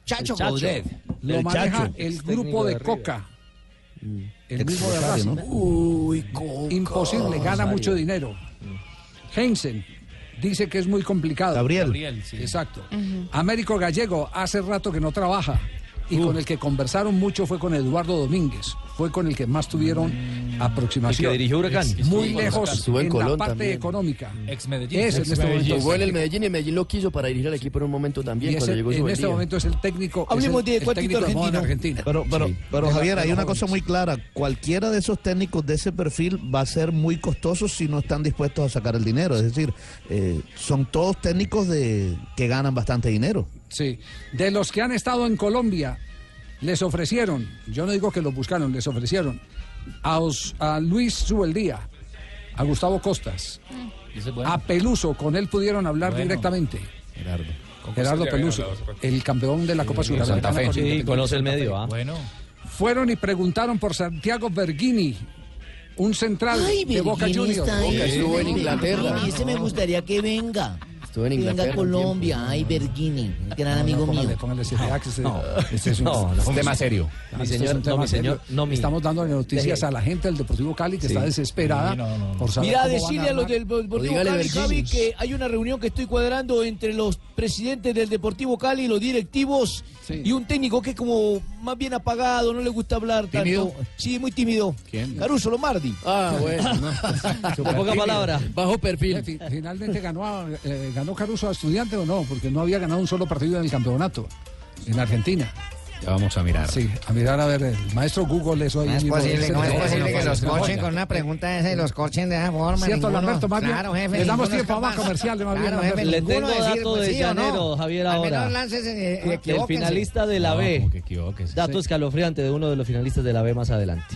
Speaker 1: Chacho
Speaker 9: El Chacho.
Speaker 1: Coudet.
Speaker 9: Lo
Speaker 1: El
Speaker 9: maneja
Speaker 1: Chacho.
Speaker 9: el
Speaker 1: Es
Speaker 9: grupo
Speaker 1: técnico
Speaker 9: de,
Speaker 1: de River.
Speaker 9: Coca. El mismo de
Speaker 1: Expropiario,
Speaker 9: Racing.
Speaker 1: ¿no?
Speaker 9: Uy, Imposible, gana
Speaker 1: Rosario.
Speaker 9: mucho dinero. Heinsen dice que es muy complicado.
Speaker 15: Gabriel.
Speaker 9: Exacto. Américo Gallego hace rato que no trabaja. Y con el que conversaron mucho fue con Eduardo Domínguez. Fue con el que más tuvieron aproximación.
Speaker 13: El que dirigió Huracán.
Speaker 9: Muy
Speaker 13: Estuvo con Huracán.
Speaker 9: lejos
Speaker 13: Estuvo en
Speaker 9: en, la
Speaker 13: Colón
Speaker 9: parte
Speaker 13: también.
Speaker 9: económica.
Speaker 13: Ex Medellín.
Speaker 9: Es en este momento.
Speaker 12: Jugó en el Medellín y Medellín lo quiso para dirigir al equipo en un momento también
Speaker 9: Y
Speaker 12: cuando
Speaker 9: ese-
Speaker 12: llegó su
Speaker 9: en este
Speaker 12: vendida.
Speaker 9: momento es el técnico. es
Speaker 12: Hablemos
Speaker 9: el-
Speaker 12: de
Speaker 9: el
Speaker 12: cuatrito
Speaker 9: técnico de moda en Argentina.
Speaker 15: Pero, pero,
Speaker 9: Sí.
Speaker 15: pero
Speaker 9: De la-
Speaker 15: Javier,
Speaker 9: de
Speaker 15: hay
Speaker 9: los
Speaker 15: una
Speaker 9: jóvenes.
Speaker 15: cosa muy clara. Cualquiera de esos técnicos de ese perfil va a ser muy costoso si no están dispuestos a sacar el dinero. Es decir, eh, son todos técnicos de que ganan bastante dinero.
Speaker 9: Sí. De los que han estado en Colombia, les ofrecieron, yo no digo que los buscaron, les ofrecieron a, Os- a Luis Subeldía, a Gustavo Costas, a Peluso, con él pudieron hablar
Speaker 13: Bueno.
Speaker 9: directamente.
Speaker 15: Gerardo.
Speaker 9: Gerardo
Speaker 13: Costas ya
Speaker 9: Peluso,
Speaker 13: habían hablado,
Speaker 9: el campeón de la Copa Sudamericana.
Speaker 13: Santa Fe.
Speaker 9: con
Speaker 13: Sí,
Speaker 9: Independiente
Speaker 13: conoce el
Speaker 9: Santa
Speaker 13: medio.
Speaker 9: Fe.
Speaker 13: ¿ah?
Speaker 9: Fueron y preguntaron por Santiago Berghini, un central
Speaker 1: Ay,
Speaker 9: de Boca
Speaker 1: Virginio
Speaker 9: Juniors.
Speaker 1: está ahí. A mí ese me gustaría que venga.
Speaker 9: Estuvo en
Speaker 1: Que Venga
Speaker 9: Inglaterra
Speaker 1: a
Speaker 9: un
Speaker 1: Colombia, ay, Bergini, gran amigo mío.
Speaker 9: No,
Speaker 1: este es un- No, no,
Speaker 9: eh, es un
Speaker 1: mi
Speaker 9: tema serio.
Speaker 1: señor,
Speaker 13: no, mi señor, no, mi-
Speaker 9: Estamos dando noticias
Speaker 13: Deje.
Speaker 9: a la gente del Deportivo Cali que
Speaker 13: Sí.
Speaker 9: está desesperada
Speaker 13: Sí, no, no, no.
Speaker 9: por saber
Speaker 12: Mira,
Speaker 9: cómo van
Speaker 12: decirle a los
Speaker 9: armar.
Speaker 12: del
Speaker 9: O
Speaker 12: Deportivo
Speaker 9: dígale
Speaker 12: Cali,
Speaker 9: Bergini.
Speaker 12: Javi, que hay una reunión que estoy cuadrando entre los presidentes del Deportivo Cali, los directivos y un técnico que es como más bien apagado, no le gusta hablar
Speaker 1: ¿Tímido?
Speaker 12: tanto. Sí, muy tímido. Caruso Lomardi.
Speaker 9: Ah, bueno,
Speaker 12: En pocas palabras.
Speaker 9: Bajo perfil. Finalmente ganó, a- eh, ganó Caruso a estudiante o no, porque no había ganado un solo partido en el campeonato en Argentina.
Speaker 23: Ya vamos a mirar.
Speaker 9: Sí, a mirar a ver, el maestro Google eso ahí.
Speaker 18: No es
Speaker 9: mismo,
Speaker 18: posible,
Speaker 9: ese
Speaker 18: no es
Speaker 9: teléfono,
Speaker 18: posible que
Speaker 9: no,
Speaker 18: los
Speaker 9: no,
Speaker 18: cochen
Speaker 9: no.
Speaker 18: con una pregunta esa y los cochen de esa forma.
Speaker 9: Cierto,
Speaker 18: ninguno-
Speaker 9: Lamberto, más bien,
Speaker 18: Claro, jefe.
Speaker 9: les damos
Speaker 18: ninguno es
Speaker 9: tiempo a
Speaker 18: capaz.
Speaker 9: más comerciales, más bien,
Speaker 18: Claro, jefe,
Speaker 9: Lamberto. Le
Speaker 18: ninguno
Speaker 13: tengo
Speaker 18: decir,
Speaker 13: dato
Speaker 18: pues,
Speaker 13: de
Speaker 18: sí o no.
Speaker 13: llanero, Javier,
Speaker 18: Al
Speaker 13: ahora.
Speaker 18: menos láncese, eh,
Speaker 13: El
Speaker 18: equivóquense.
Speaker 13: finalista de la
Speaker 18: No,
Speaker 13: B.
Speaker 18: como que
Speaker 13: Dato escalofriante de uno de los finalistas de la B más adelante.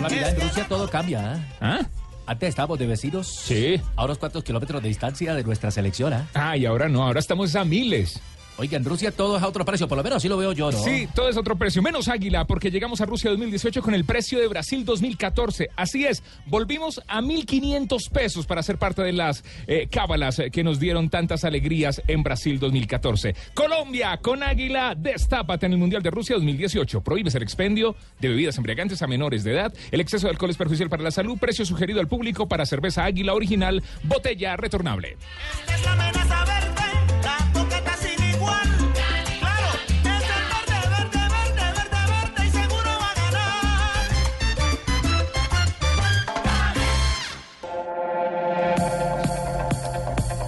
Speaker 29: La vida en Rusia todo cambia, ¿eh? Antes estábamos de vecinos. Sí. A unos cuantos kilómetros de distancia de nuestra selección, ¿ah?
Speaker 20: Ah, y ahora no, ahora estamos a miles.
Speaker 29: Oiga, en Rusia todo es a otro precio, por lo menos así lo veo yo, ¿no?
Speaker 20: Sí, todo es otro precio, menos Águila, porque llegamos a Rusia 2018 con el precio de Brasil 2014. Así es, volvimos a 1.500 pesos para ser parte de las eh, cábalas eh, que nos dieron tantas alegrías en Brasil 2014. Colombia con Águila, destápate en el Mundial de Rusia 2018. Prohíbes el expendio de bebidas embriagantes a menores de edad. El exceso de alcohol es perjudicial para la salud. Precio sugerido al público para cerveza Águila original, botella retornable.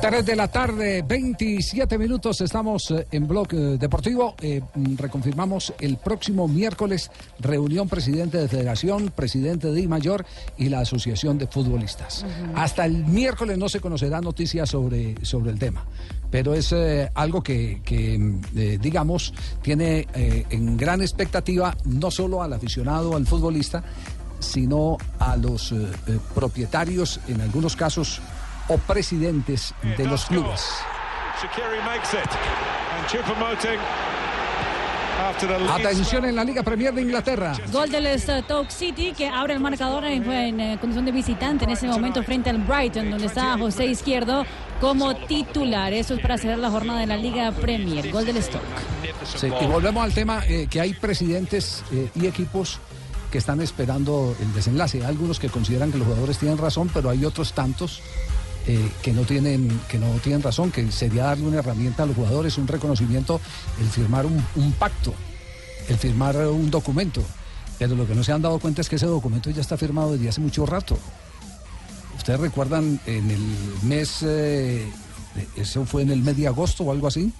Speaker 9: Tres de la tarde, 27 minutos, estamos eh, en Blog eh, Deportivo. Eh, mm, reconfirmamos el próximo miércoles reunión presidente de Federación, presidente de I Mayor y la Asociación de Futbolistas. Hasta el miércoles no se conocerá noticias sobre, sobre el tema, pero es eh, algo que, que, mm, eh, digamos, tiene eh, en gran expectativa no solo al aficionado, al futbolista, sino a los eh, eh, propietarios, en algunos casos, o presidentes de los clubes.
Speaker 8: Shakiri makes it. And Chupamoting after the
Speaker 9: Atención en la Liga Premier de Inglaterra.
Speaker 25: Gol del eh, Stoke City que abre el marcador en, en, eh, condición de visitante en ese momento frente al Brighton, donde está José Izquierdo como titular. Eso es para cerrar la jornada de la Liga Premier. Gol del Stoke.
Speaker 9: Sí, y volvemos al tema eh, que hay presidentes eh, y equipos que están esperando el desenlace. Hay algunos que consideran que los jugadores tienen razón, pero hay otros tantos eh, que no tienen que no tienen razón, que sería darle una herramienta a los jugadores, un reconocimiento, el firmar un, un pacto, el firmar eh, un documento. Pero lo que no se han dado cuenta es que ese documento ya está firmado desde hace mucho rato. Ustedes recuerdan en el mes, eh, eso fue en el mes de agosto o algo así,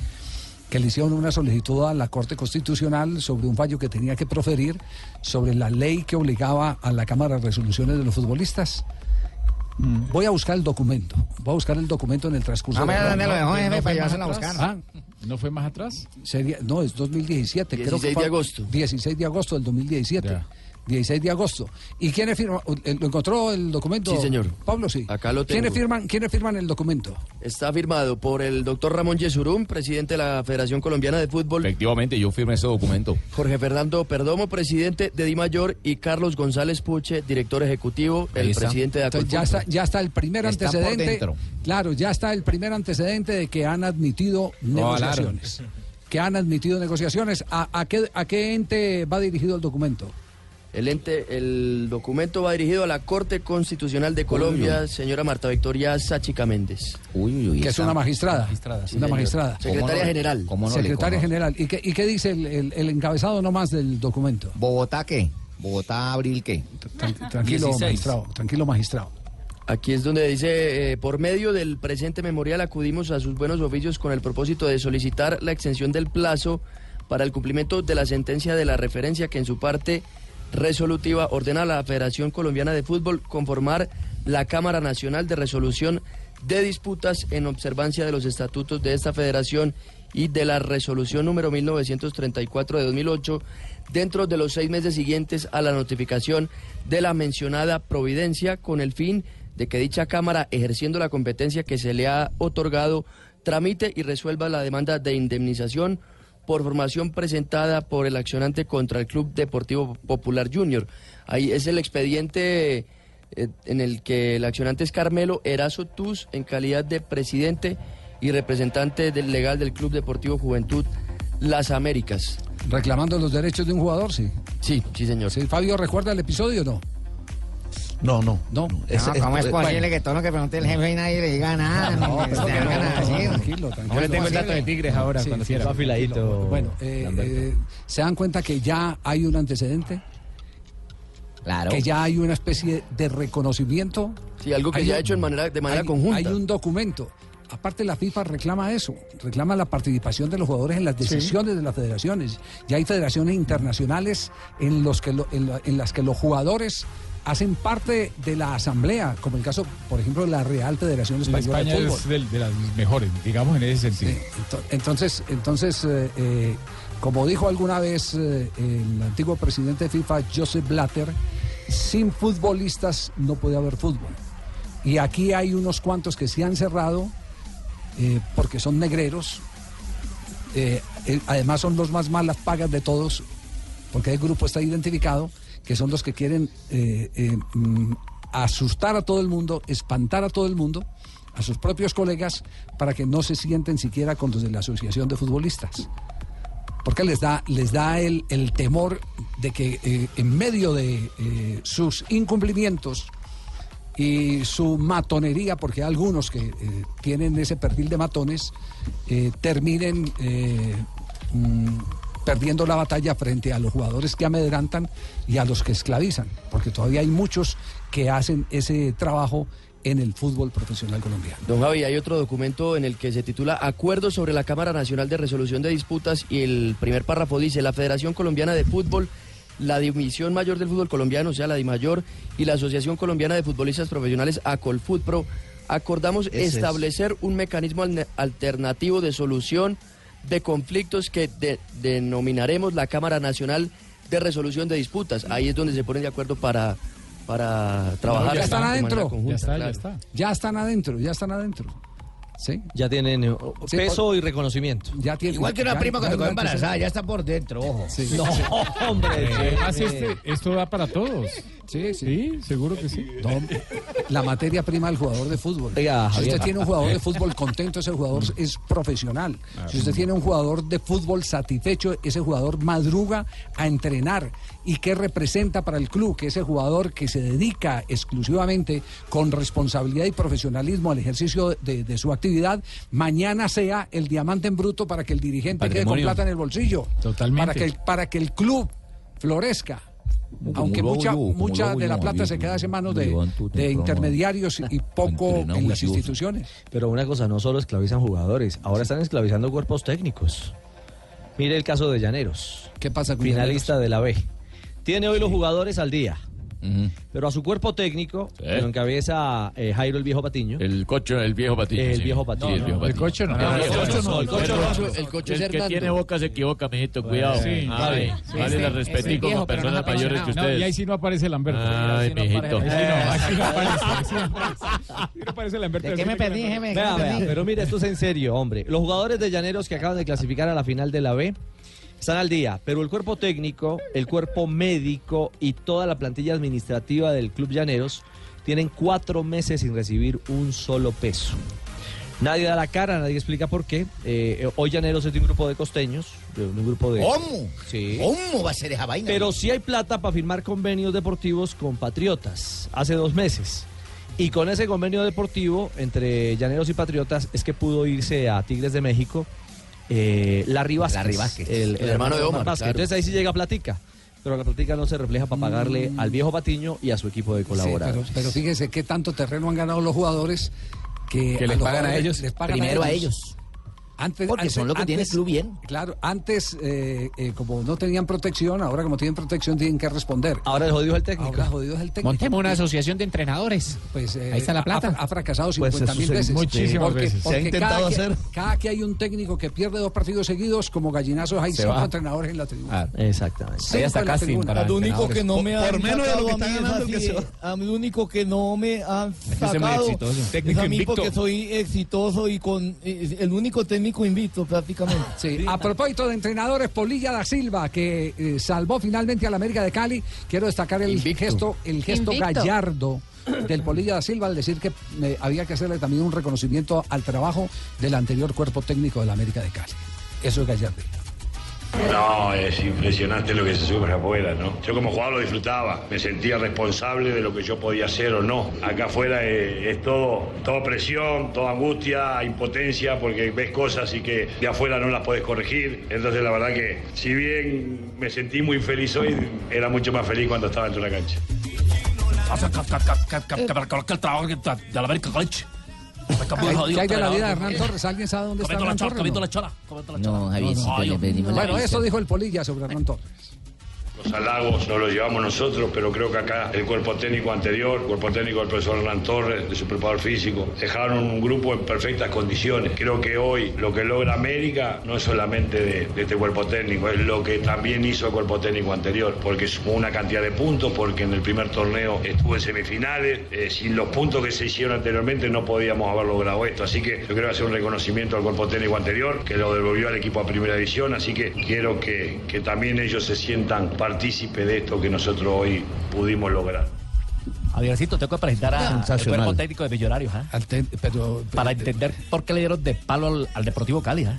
Speaker 9: que le hicieron una solicitud a la Corte Constitucional sobre un fallo que tenía que proferir sobre la ley que obligaba a la Cámara de Resoluciones de los Futbolistas. Voy a buscar el documento. Voy a buscar el documento en el transcurso. de
Speaker 18: No,
Speaker 9: la
Speaker 18: mira dónde lo dejó,
Speaker 9: jornada.
Speaker 18: jefe,
Speaker 9: ¿No fue más
Speaker 18: para llevárselo a
Speaker 9: atrás?
Speaker 18: buscar.
Speaker 9: Ah,
Speaker 17: ¿No fue más atrás?
Speaker 9: sería- no, es 2017. creo que
Speaker 17: 16 de
Speaker 9: fue-
Speaker 17: agosto.
Speaker 9: 16 de agosto del 2017. 16 de agosto. ¿Y quiénes firman? eh, ¿Lo encontró el documento?
Speaker 22: Sí, señor.
Speaker 9: Pablo, sí.
Speaker 22: Acá lo tengo.
Speaker 9: ¿Quiénes firman, ¿Quiénes firman el documento?
Speaker 22: Está firmado por el doctor Ramón Yesurum, presidente de la Federación Colombiana de Fútbol.
Speaker 6: Efectivamente, yo firmé ese documento.
Speaker 22: Jorge Fernando Perdomo, presidente de Di Mayor, y Carlos González Puche, director ejecutivo,
Speaker 9: Ahí
Speaker 22: el
Speaker 9: está.
Speaker 22: presidente de
Speaker 9: Entonces,
Speaker 22: Acolfutbol.
Speaker 9: ya está, ya está el primer
Speaker 22: Está por
Speaker 9: antecedente.
Speaker 22: dentro.
Speaker 9: Claro, ya está el primer antecedente de que han admitido
Speaker 22: avalaron.
Speaker 9: negociaciones. Que han admitido negociaciones. ¿A, a qué, ¿A qué ente va dirigido el documento?
Speaker 22: El ente, el documento va dirigido a la Corte Constitucional de Colombia, señora Marta Victoria Sáchica Méndez.
Speaker 9: que es
Speaker 22: está.
Speaker 9: una magistrada.
Speaker 22: sí,
Speaker 9: una
Speaker 22: señor.
Speaker 9: magistrada.
Speaker 22: Secretaria General.
Speaker 9: ¿Cómo no le Secretaria General. ¿Y qué, y qué dice el, el- el encabezado nomás del documento?
Speaker 11: Bogotá qué? Bogotá abril qué?
Speaker 9: Tranquilo, magistrado. Tranquilo, magistrado.
Speaker 22: Aquí es donde dice, eh, por medio del presente memorial acudimos a sus buenos oficios con el propósito de solicitar la extensión del plazo para el cumplimiento de la sentencia de la referencia que en su parte resolutiva ordena a la Federación Colombiana de Fútbol conformar la Cámara Nacional de Resolución de Disputas en observancia de los estatutos de esta federación y de la resolución número 1934 de 2008 dentro de los seis meses siguientes a la notificación de la mencionada providencia con el fin de que dicha Cámara, ejerciendo la competencia que se le ha otorgado, tramite y resuelva la demanda de indemnización por formación presentada por el accionante contra el Club Deportivo Popular Junior. Ahí es el expediente eh, en el que el accionante es Carmelo Erazo Tuz en calidad de presidente y representante del legal del Club Deportivo Juventud Las Américas.
Speaker 9: Reclamando los derechos de un jugador, sí.
Speaker 22: Sí, sí, señor.
Speaker 9: Fabio, ¿recuerda el episodio o no?
Speaker 15: No, no.
Speaker 9: No,
Speaker 11: No,
Speaker 22: Ah,
Speaker 11: ¿Cómo
Speaker 9: pues,
Speaker 11: es posible que todo lo que pregunte el jefe y nadie le diga nada?
Speaker 9: Ah,
Speaker 11: hombre? Se hagan así.
Speaker 9: Tranquilo, tranquilo.
Speaker 11: Ahora tengo el dato de Tigres ahora, cuando quiera.
Speaker 13: Está afiladito.
Speaker 9: Bueno, eh, eh, ¿se dan cuenta que ya hay un antecedente?
Speaker 22: Claro.
Speaker 9: Que ya hay una especie de reconocimiento.
Speaker 22: Sí, algo que
Speaker 9: Hay
Speaker 22: se ha
Speaker 9: un-
Speaker 22: hecho en manera, de manera
Speaker 9: hay-
Speaker 22: conjunta.
Speaker 9: Hay un documento. Aparte la FIFA reclama eso, reclama la participación de los jugadores en las decisiones de las federaciones. Ya hay federaciones internacionales en, los que lo- en, la- en las que los jugadores hacen parte de la asamblea, como el caso, por ejemplo, de la Real Federación
Speaker 17: La
Speaker 9: Española
Speaker 17: España
Speaker 9: de Fútbol.
Speaker 17: es del- de las mejores, digamos en ese sentido.
Speaker 9: Ento- Entonces, entonces eh, eh, como dijo alguna vez eh, el antiguo presidente de FIFA, Joseph Blatter, sin futbolistas no puede haber fútbol. Y aquí hay unos cuantos que se han cerrado eh, porque son negreros. Eh, eh, además son los más malas pagas de todos, porque el grupo está identificado, que son los que quieren eh, eh, mm, asustar a todo el mundo, espantar a todo el mundo, a sus propios colegas, para que no se sienten siquiera con los de la Asociación de Futbolistas. Porque les da, les da el, el temor de que eh, en medio de eh, sus incumplimientos y su matonería, porque hay algunos que eh, tienen ese perfil de matones, eh, terminen eh, mm, perdiendo la batalla frente a los jugadores que amedrantan y a los que esclavizan, porque todavía hay muchos que hacen ese trabajo en el fútbol profesional colombiano.
Speaker 22: Don Javi, hay otro documento en el que se titula Acuerdo sobre la Cámara Nacional de Resolución de Disputas y el primer párrafo dice la Federación Colombiana de Fútbol, la División Mayor del Fútbol Colombiano, o sea, la DIMAYOR, y la Asociación Colombiana de Futbolistas Profesionales, ACOLFUTPRO, acordamos
Speaker 11: Ese es.
Speaker 22: establecer un mecanismo alne- alternativo de solución de conflictos que de- denominaremos la Cámara Nacional de Resolución de Disputas. Ahí es donde se ponen de acuerdo para, para trabajar.
Speaker 9: ya están
Speaker 22: de manera
Speaker 9: adentro.
Speaker 22: conjunta, claro.
Speaker 9: Ya están adentro, ya están adentro. ¿Sí?
Speaker 13: Ya tienen eh,
Speaker 9: Sí,
Speaker 13: peso y reconocimiento.
Speaker 9: Ya tienen-
Speaker 13: Igual que una
Speaker 9: ya-
Speaker 13: prima cuando
Speaker 9: ya
Speaker 13: quedó
Speaker 9: durante ese-
Speaker 13: embarazada, ya
Speaker 11: está por dentro, ojo.
Speaker 13: No, hombre.
Speaker 17: Además, este, esto da para todos.
Speaker 9: Sí, sí.
Speaker 17: seguro que sí.
Speaker 9: la materia prima del jugador de fútbol.
Speaker 17: Oiga,
Speaker 9: si usted
Speaker 17: Javier. Mm.
Speaker 9: tiene un jugador de fútbol contento, ese jugador es profesional. Si usted tiene un jugador de fútbol satisfecho, ese jugador madruga a entrenar. ¿Y qué representa para el club? Que ese jugador que se dedica exclusivamente con responsabilidad y profesionalismo al ejercicio de, de su actividad, mañana sea el diamante en bruto para que el dirigente quede con
Speaker 17: Patrimonio.
Speaker 9: plata en el bolsillo.
Speaker 17: Totalmente.
Speaker 9: Para que, el- para que el club florezca.
Speaker 17: Como
Speaker 9: Aunque
Speaker 17: lobo
Speaker 9: mucha,
Speaker 17: yo, como
Speaker 9: mucha
Speaker 17: lobo
Speaker 9: de
Speaker 17: yo,
Speaker 9: la plata
Speaker 17: amigo,
Speaker 9: se queda en manos
Speaker 13: me
Speaker 9: de,
Speaker 13: levanto
Speaker 9: de
Speaker 13: temprano.
Speaker 9: intermediarios y poco en las instituciones.
Speaker 13: Pero una cosa, no solo esclavizan jugadores, ahora están esclavizando cuerpos técnicos. Mire el caso de Llaneros.
Speaker 9: ¿Qué pasa
Speaker 13: Finalista de la B. Tiene hoy los jugadores al día.
Speaker 3: Ah,
Speaker 13: Pero a su cuerpo técnico, que lo encabeza eh, Jairo el Viejo Patiño.
Speaker 30: El cocho, el viejo Patiño.
Speaker 13: El
Speaker 30: sí.
Speaker 13: viejo Patiño.
Speaker 30: Sí, el viejo
Speaker 13: No, no, el
Speaker 30: Patiño.
Speaker 13: cocho no.
Speaker 30: Ah,
Speaker 13: El cocho no, el cocho no.
Speaker 30: El cocho es
Speaker 3: El
Speaker 30: Hernando.
Speaker 3: que
Speaker 30: Pues,
Speaker 3: tiene boca se equivoca, mijito, cuidado.
Speaker 30: Sí.
Speaker 3: Ay,
Speaker 30: Sí, sí,
Speaker 3: Vale
Speaker 30: sí.
Speaker 3: la
Speaker 30: Es
Speaker 3: respeto
Speaker 30: viejo,
Speaker 3: como
Speaker 30: pero no es
Speaker 3: personas mayores que
Speaker 30: apasionado. No,
Speaker 3: ustedes.
Speaker 30: y ahí
Speaker 17: sí no aparece Lamberto.
Speaker 3: Ay, mijito.
Speaker 11: ¿De qué me pedí, jefe? ¿De qué
Speaker 13: Vea,
Speaker 11: me
Speaker 13: vea,
Speaker 11: pedí?
Speaker 13: pero mire, esto es en serio, hombre. Los jugadores de Llaneros que acaban de clasificar a la final de la B están al día, pero el cuerpo técnico, el cuerpo médico y toda la plantilla administrativa del Club Llaneros tienen cuatro meses sin recibir un solo peso. Nadie da la cara, nadie explica por qué. Eh, hoy Llaneros es de un grupo de costeños, de un grupo de...
Speaker 31: ¿Cómo?
Speaker 13: Sí.
Speaker 31: ¿Cómo va a ser esa vaina?
Speaker 13: Pero sí hay plata para firmar convenios deportivos con Patriotas hace dos meses. Y con ese convenio deportivo entre Llaneros y Patriotas es que pudo irse a Tigres de México eh, Larry Vázquez.
Speaker 31: Larry Vázquez,
Speaker 13: el, el hermano de Omar. Vázquez.
Speaker 31: claro.
Speaker 13: Entonces ahí sí llega platica. Pero la platica no se refleja para pagarle
Speaker 31: Mm.
Speaker 13: al viejo Patiño y a su equipo de
Speaker 9: Sí,
Speaker 13: colaboradores.
Speaker 9: pero, pero fíjese qué tanto terreno han ganado los jugadores que,
Speaker 13: Que
Speaker 9: los
Speaker 13: les pagan a
Speaker 9: jugadores
Speaker 13: ellos.
Speaker 9: les pagan
Speaker 13: Primero a
Speaker 9: Antes,
Speaker 31: Porque son lo que tiene el club
Speaker 9: bien. Claro, antes eh, eh, como no tenían protección, ahora como tienen protección tienen que responder.
Speaker 13: Ahora el jodido es el técnico.
Speaker 9: Ahora jodido es el técnico.
Speaker 12: Montemos una asociación de entrenadores.
Speaker 9: Pues, eh,
Speaker 12: Ahí está la plata.
Speaker 9: Ha, ha fracasado
Speaker 12: Pues
Speaker 9: 50 mil veces. Porque- porque cada que- cada que hay un técnico que pierde dos partidos seguidos, como gallinazos, hay
Speaker 13: Se
Speaker 9: cinco
Speaker 13: va.
Speaker 9: entrenadores en la tribuna.
Speaker 31: Ah.
Speaker 13: Exactamente.
Speaker 9: Cinco en la tribuna.
Speaker 20: Lo único que no me ha
Speaker 15: Por menos de lo
Speaker 20: sacado a
Speaker 15: que está
Speaker 20: mí es
Speaker 15: ganando
Speaker 20: así,
Speaker 15: que se va.
Speaker 20: a mí lo único que no me han
Speaker 15: muy
Speaker 20: sacado
Speaker 15: exitoso.
Speaker 20: es
Speaker 15: Técnico
Speaker 20: a mí
Speaker 15: invicto.
Speaker 20: porque soy exitoso y con eh, el único técnico invicto prácticamente.
Speaker 9: Sí, a propósito de entrenadores, Polilla da Silva, que eh, salvó finalmente a la América de Cali, quiero destacar el gesto, el gesto
Speaker 20: Invicto.
Speaker 9: gallardo del Polilla da Silva al decir que eh, había que hacerle también un reconocimiento al trabajo del anterior cuerpo técnico de la América de Cali. Eso es gallardo.
Speaker 4: No, es impresionante lo que se sufre afuera, ¿no? Yo como jugador lo disfrutaba, me sentía responsable de lo que yo podía hacer o no. Acá afuera eh, es, todo, todo presión, toda angustia, impotencia, porque ves cosas y que de afuera no las podés corregir. Entonces la verdad que si bien me sentí muy feliz hoy, era mucho más feliz cuando estaba dentro de la cancha.
Speaker 3: el trabajo de la América College.
Speaker 9: ¿Qué hay de la vida de Hernán Torres? ¿Alguien sabe dónde está
Speaker 3: Comiendo la
Speaker 9: Hernán
Speaker 3: chora,
Speaker 9: Torres?
Speaker 3: comiendo la chora. No,
Speaker 4: Javiercito, le pedimos la
Speaker 9: Bueno,
Speaker 4: vista.
Speaker 9: eso dijo el Polilla sobre Hernán Torres.
Speaker 4: Los halagos no los llevamos nosotros, pero creo que acá el cuerpo técnico anterior, el cuerpo técnico del profesor Hernán Torres, de su preparador físico, dejaron un grupo en perfectas condiciones. Creo que hoy lo que logra América no es solamente de, de este cuerpo técnico, es lo que también hizo el cuerpo técnico anterior, porque sumó una cantidad de puntos, porque en el primer torneo estuvo en semifinales, eh, sin los puntos que se hicieron anteriormente no podíamos haber logrado esto. Así que yo creo que hacer un reconocimiento al cuerpo técnico anterior, que lo devolvió al equipo a primera división, así que quiero que, que también ellos se sientan partícipes de esto que nosotros hoy pudimos lograr.
Speaker 12: Javiercito, tengo que presentar a- al
Speaker 4: Sensacional.
Speaker 12: cuerpo técnico de Millonarios. ¿ah? Para
Speaker 9: eh,
Speaker 12: entender por qué le dieron de palo al, al Deportivo Cali. ¿ah?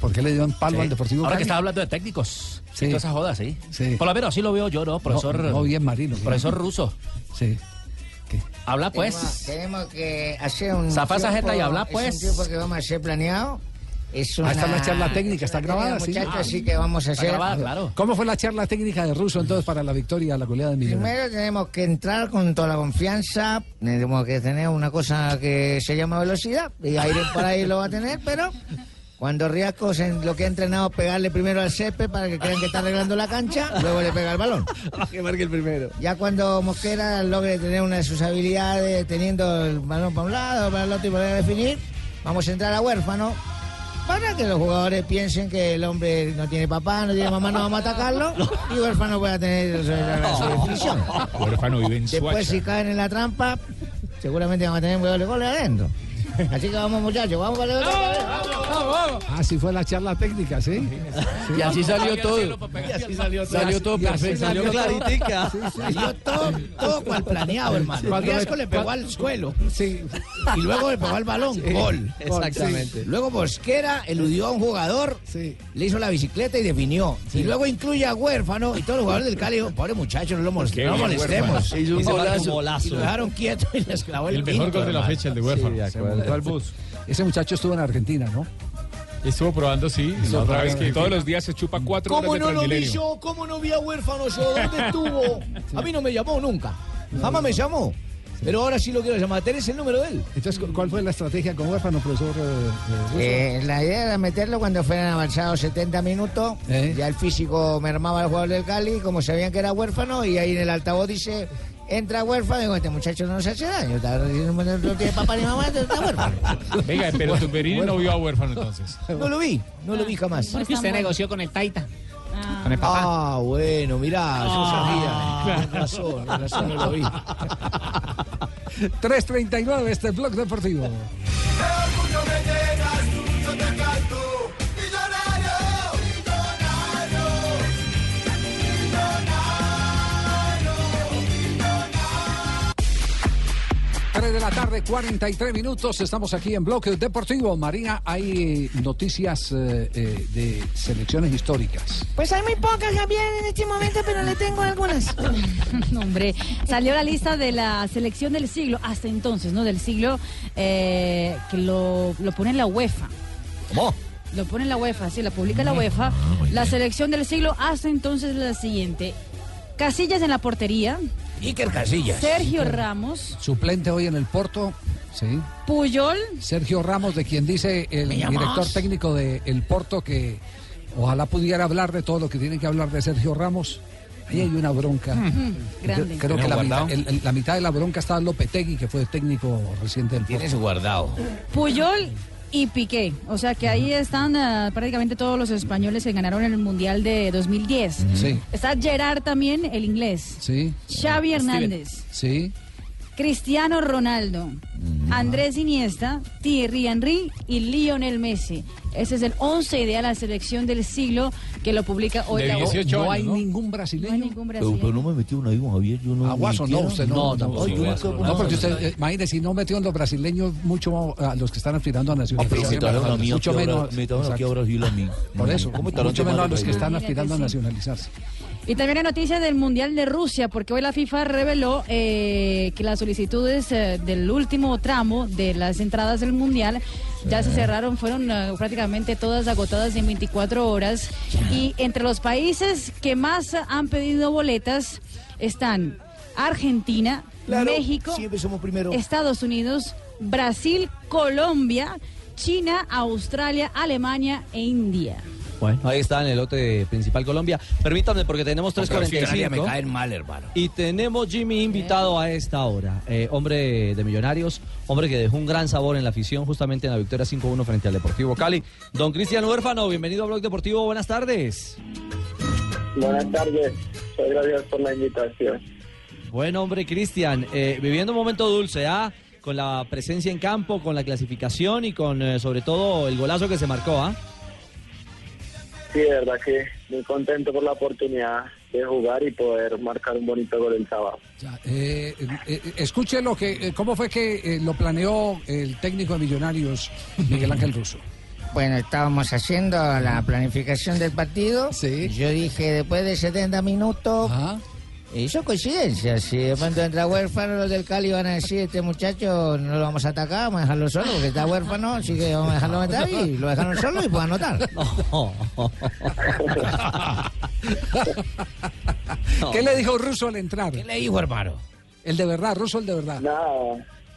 Speaker 9: ¿Por qué le dieron palo
Speaker 12: Sí.
Speaker 9: al Deportivo
Speaker 12: Ahora
Speaker 9: Cali?
Speaker 12: que estaba hablando de técnicos.
Speaker 9: Sí.
Speaker 12: Sí. Todas esas jodas, sí.
Speaker 9: Sí.
Speaker 12: Por lo menos así lo veo yo, ¿no? Profesor,
Speaker 9: No, no, bien marino. bien.
Speaker 12: profesor ruso.
Speaker 9: Sí.
Speaker 12: Habla pues.
Speaker 11: Tenemos, tenemos que hacer un.
Speaker 12: Zafá esa
Speaker 11: tiempo-
Speaker 12: jeta y habla, pues.
Speaker 11: Es un tiempo que vamos a hacer planeado. Es una,
Speaker 9: Ah, está la charla técnica, está
Speaker 11: una
Speaker 9: grabada,
Speaker 11: técnica,
Speaker 9: sí. Ah,
Speaker 11: Muchachos, así que vamos a hacer.
Speaker 9: ¿Cómo fue la charla técnica de Russo entonces para la victoria a la goleada de Millonarios?
Speaker 11: Primero tenemos que entrar con toda la confianza. Tenemos que tener una cosa que se llama velocidad. Y aire por ahí lo va a tener, pero. Cuando Riasco se- lo que ha entrenado, pegarle primero al césped para que crean que está arreglando la cancha, luego le pega el balón.
Speaker 13: que marque el primero.
Speaker 11: Ya cuando Mosquera logre tener una de sus habilidades, teniendo el balón para un lado, para el otro y para definir, vamos a entrar a huérfano para que los jugadores piensen que el hombre no tiene papá, no tiene mamá, no vamos a atacarlo y huérfano pueda tener su, su definición.
Speaker 17: Huérfano vive en
Speaker 11: Después
Speaker 17: Suacha.
Speaker 11: si caen en la trampa, seguramente van a tener un gol de goles adentro. Así que vamos muchachos, vamos para el otro.
Speaker 9: Así Ah, fue la charla técnica, ¿sí? Sí.
Speaker 11: Y así salió todo.
Speaker 9: Y así salió
Speaker 11: Salió todo
Speaker 9: Y así
Speaker 11: perfecto.
Speaker 9: salió
Speaker 11: Salió claritica.
Speaker 9: Sí, sí.
Speaker 11: Salió todo, todo cual planeado, hermano.
Speaker 9: Cuando
Speaker 11: Riasco
Speaker 9: me-
Speaker 11: le pegó
Speaker 9: cuando-
Speaker 11: al suelo.
Speaker 9: Sí.
Speaker 11: Y luego le pegó al balón.
Speaker 9: Sí,
Speaker 11: Gol.
Speaker 9: exactamente.
Speaker 11: Sí. Luego Bosquera eludió a un jugador, le hizo la bicicleta y definió. Y luego incluye a Huérfano y todos los jugadores del Cali dijo, pobre muchacho, no lo molest-
Speaker 17: Qué
Speaker 11: no
Speaker 17: bien,
Speaker 11: molestemos.
Speaker 17: Huérfano. Hizo un
Speaker 11: Y se
Speaker 17: golazo.
Speaker 11: marcó Y lo
Speaker 17: Golazo.
Speaker 11: dejaron quieto y les clavó el
Speaker 17: El mejor
Speaker 11: quinto,
Speaker 17: gol de la
Speaker 11: hermano.
Speaker 17: fecha, el de Huérfano.
Speaker 11: Sí, de
Speaker 17: se
Speaker 11: acuerdo.
Speaker 17: montó al bus.
Speaker 9: Ese muchacho estuvo en Argentina, ¿no?
Speaker 17: Estuvo probando, sí.
Speaker 9: Estuvo
Speaker 17: la otra vez
Speaker 9: probando.
Speaker 17: que todos los días se
Speaker 9: Mm.
Speaker 17: chupa cuatro
Speaker 20: ¿Cómo
Speaker 17: horas de
Speaker 20: no lo vi
Speaker 17: Transmilenio.
Speaker 20: yo? ¿Cómo no vi a huérfano yo? ¿Dónde estuvo? A mí no me llamó nunca. Jamás me llamó. Pero ahora sí lo quiero llamar. ¿Tenés el número de él?
Speaker 9: Entonces, ¿cu- ¿cuál fue la estrategia con huérfano, profesor? eh, eh, Russo?
Speaker 11: Eh, la idea era meterlo cuando fueran avanzados 70 minutos. Ya el físico mermaba al jugador del Cali, como sabían que era huérfano, y ahí en el altavoz dice,
Speaker 18: Entra huérfano y digo, este muchacho no nos hace daño. está- No tiene papá ni mamá, entonces está huérfano.
Speaker 20: Venga, pero Tumberini no vio a huérfano entonces.
Speaker 18: No lo vi, no lo vi jamás.
Speaker 20: Porque usted
Speaker 18: negoció con el Taita.
Speaker 20: Con el papá.
Speaker 11: Ah, bueno, mirá, yo
Speaker 18: Ah,
Speaker 11: sabía.
Speaker 18: claro.
Speaker 11: Con razón, con razón no lo vi.
Speaker 9: 3.39, este es Blog Deportivo. Tres de la tarde, 43 minutos. Estamos aquí en Bloque Deportivo. Marina, hay eh, noticias eh, eh, de selecciones históricas.
Speaker 2: Pues hay muy pocas, Javier, en este momento, pero le tengo algunas.
Speaker 25: No, hombre, salió la lista de la selección del siglo, hasta entonces, ¿no? Del siglo eh, que lo, lo pone la UEFA.
Speaker 11: ¿Cómo? Mm. Ah,
Speaker 25: Lo pone la UEFA, sí, la publica la UEFA. La selección del siglo hasta entonces es la siguiente. Casillas en la portería,
Speaker 11: Iker Casillas.
Speaker 25: Sergio Ramos,
Speaker 9: Suplente hoy en el Porto, sí.
Speaker 25: Puyol,
Speaker 9: Sergio Ramos, de quien dice el
Speaker 25: ¿Me llamas?
Speaker 9: director técnico del el Porto que ojalá pudiera hablar de todo lo que tiene que hablar de Sergio Ramos. Ahí hay una bronca.
Speaker 25: Mm, grande.
Speaker 9: Creo que
Speaker 25: ¿Tiene
Speaker 9: la mitad,
Speaker 25: guardado?
Speaker 9: el- el- la mitad de la bronca está Lopetegui, que fue técnico reciente del Porto.
Speaker 11: Tiene su guardado.
Speaker 25: Puyol y Piqué. O sea que ahí están ah, prácticamente todos los españoles que ganaron el Mundial de 2010.
Speaker 9: Sí.
Speaker 25: Está Gerard también, el inglés.
Speaker 9: Sí.
Speaker 25: Xavi Hernández.
Speaker 9: Sí.
Speaker 25: Cristiano Ronaldo, Andrés Iniesta, Thierry Henry y Lionel Messi. Ese es el 11 ideal a la selección del siglo que lo publica hoy la ONU.
Speaker 9: no hay ningún brasileño.
Speaker 19: Pero, pero no me metí una ahí con Javier, yo no.
Speaker 9: Aguaso,
Speaker 19: ni
Speaker 9: no,
Speaker 19: quiero.
Speaker 9: usted no. tampoco.
Speaker 19: yo nunca-
Speaker 9: No, porque usted, eh, imagínese, si no metió a los brasileños, mucho a los que están aspirando a
Speaker 19: Ah,
Speaker 9: nacionalidad.
Speaker 19: pero me trajeron a mí
Speaker 9: mucho
Speaker 19: aquí a Bra-
Speaker 9: menos.
Speaker 19: me trajeron aquí a Brasil a mí.
Speaker 9: Por eso,
Speaker 19: ¿Cómo estarán
Speaker 9: mucho menos a
Speaker 19: tomando
Speaker 9: los que
Speaker 19: ahí?
Speaker 9: están
Speaker 25: Mira que
Speaker 9: aspirando a
Speaker 25: sí.
Speaker 9: nacionalizarse.
Speaker 25: Y también hay noticias del Mundial de Rusia, porque hoy la FIFA reveló eh, que las solicitudes eh, del último tramo de las entradas del Mundial ya se cerraron, fueron eh, prácticamente todas agotadas en 24 horas. Y entre los países que más han pedido boletas están Argentina,
Speaker 11: Claro,
Speaker 25: México,
Speaker 11: siempre somos primero.
Speaker 25: Estados Unidos, Brasil, Colombia, China, Australia, Alemania e India.
Speaker 13: Bueno, ahí está en el lote principal Colombia. Permítanme porque tenemos
Speaker 19: Australia
Speaker 13: 3.45.
Speaker 19: me caen
Speaker 13: mal, hermano. Y tenemos Jimmy invitado a esta hora. Eh, hombre de Millonarios, hombre que dejó un gran sabor en la afición justamente en la victoria 5-1 frente al Deportivo Cali. Don Cristian Huérfano, bienvenido a Blog Deportivo, buenas tardes.
Speaker 21: Buenas tardes, muchas gracias por la invitación.
Speaker 13: Buen hombre, Cristian. Eh, viviendo un momento dulce, ¿ah? Con la presencia en campo, con la clasificación y con eh, sobre todo el golazo que se marcó, ¿ah?
Speaker 21: Sí, de verdad que muy contento por la oportunidad de jugar y poder marcar un bonito gol el sábado.
Speaker 9: Eh, eh, eh, escuche lo que, eh, cómo fue que eh, lo planeó el técnico de Millonarios, Miguel Ángel Russo.
Speaker 18: Bueno, estábamos haciendo la planificación del partido. Yo dije, después de 70 minutos. Hizo coincidencia. Si de pronto entra huérfano, los del Cali van a decir: Este muchacho no lo vamos a atacar, vamos a dejarlo solo, porque está huérfano, así que vamos a dejarlo meter y lo dejaron solo y puede anotar.
Speaker 9: ¿Qué le dijo Russo al entrar? ¿Qué le
Speaker 21: dijo,
Speaker 9: hermano? El de verdad, Russo el de verdad.
Speaker 21: Nada,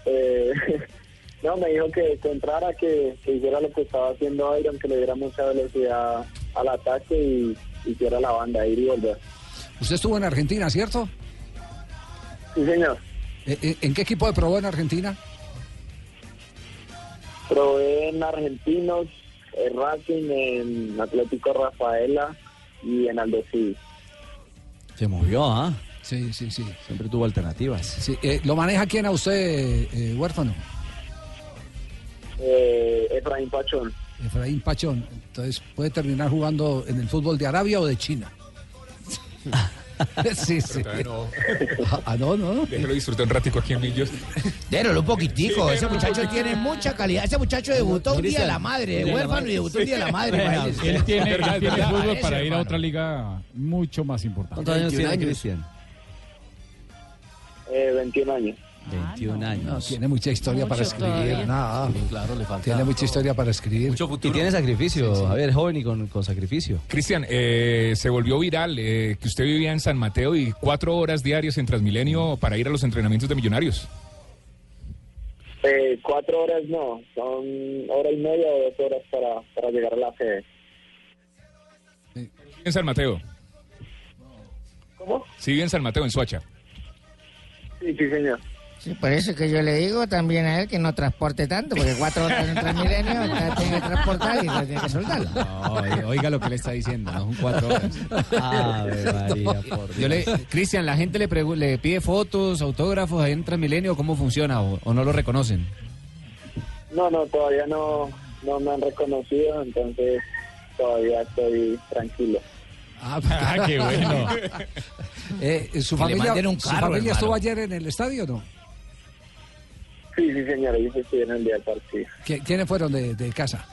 Speaker 21: eh, no, me dijo que, que entrara, que, que hiciera lo que estaba haciendo Iron, que le diera mucha velocidad al ataque y hiciera la banda, ir y volver.
Speaker 9: Usted estuvo en Argentina, ¿cierto? Eh,
Speaker 21: Sí, señor.
Speaker 9: ¿En qué equipo de probó en Argentina?
Speaker 21: Probé en Argentinos, en Racing, en Atlético Rafaela y en Aldo Civi.
Speaker 13: Se movió, ¿ah?
Speaker 9: Sí, sí, sí.
Speaker 13: Siempre tuvo alternativas.
Speaker 9: Sí, eh, ¿Lo maneja quién a usted, eh, huérfano?
Speaker 21: Eh, Efraín Pachón.
Speaker 9: Efraín Pachón. Entonces puede terminar jugando en el fútbol de Arabia o de China. sí, sí. Ah, no, no.
Speaker 20: Déjelo disfrutar un ratico aquí en Millos.
Speaker 11: Déjalo un poquitico, ese muchacho tiene mucha calidad. Ese muchacho debutó un día de la madre, de huérfano, y debutó un día de la madre.
Speaker 17: Bueno,
Speaker 11: imagínese.
Speaker 17: Él tiene, él
Speaker 11: Verdad,
Speaker 17: tiene
Speaker 11: verdad,
Speaker 17: fútbol
Speaker 11: ese
Speaker 17: para ir a
Speaker 11: hermano.
Speaker 17: otra liga mucho más importante.
Speaker 11: ¿Cuántos años 21 tiene años. Cristian?
Speaker 21: Eh, 21 años.
Speaker 14: Ah,
Speaker 13: 21 años.
Speaker 9: No, tiene mucha historia para
Speaker 13: Mucho
Speaker 9: escribir.
Speaker 13: todavía.
Speaker 9: Nada.
Speaker 17: Claro, le falta.
Speaker 9: Tiene mucha historia para escribir. Mucho
Speaker 13: Y tiene sacrificio, Javier, joven y con, con sacrificio.
Speaker 20: Cristian, eh, se volvió viral eh, que usted vivía en San Mateo y cuatro horas diarias en Transmilenio para ir a los entrenamientos de Millonarios.
Speaker 21: Eh, cuatro horas no, son hora y media o dos horas para, para llegar a la sede.
Speaker 20: En San Mateo.
Speaker 21: ¿Cómo?
Speaker 20: Sí, vive en San Mateo, en Soacha.
Speaker 21: Sí, sí, señor.
Speaker 18: Sí, por eso que yo le digo también a él que no transporte tanto, porque cuatro horas en Transmilenio ya tiene que transportar y no tiene que soltarlo.
Speaker 14: No, eh, oiga lo que le está diciendo, no son cuatro horas.
Speaker 13: Ave María, por
Speaker 14: Yo le, Cristian, la gente le, pregu- le pide fotos, autógrafos ahí en Transmilenio, ¿cómo funciona? ¿O, o no lo reconocen?
Speaker 21: No, no, todavía no, no me han reconocido, entonces todavía estoy tranquilo.
Speaker 17: Ah, qué bueno.
Speaker 9: Eh, ¿Su
Speaker 21: Que le
Speaker 9: familia,
Speaker 21: manden un
Speaker 9: su
Speaker 21: carro,
Speaker 9: familia
Speaker 21: hermano.
Speaker 9: estuvo ayer en el estadio o no?
Speaker 21: Sí, sí, señor, ellos estuvieron el día del partido.
Speaker 9: ¿Qui- ¿Quiénes fueron de, de casa?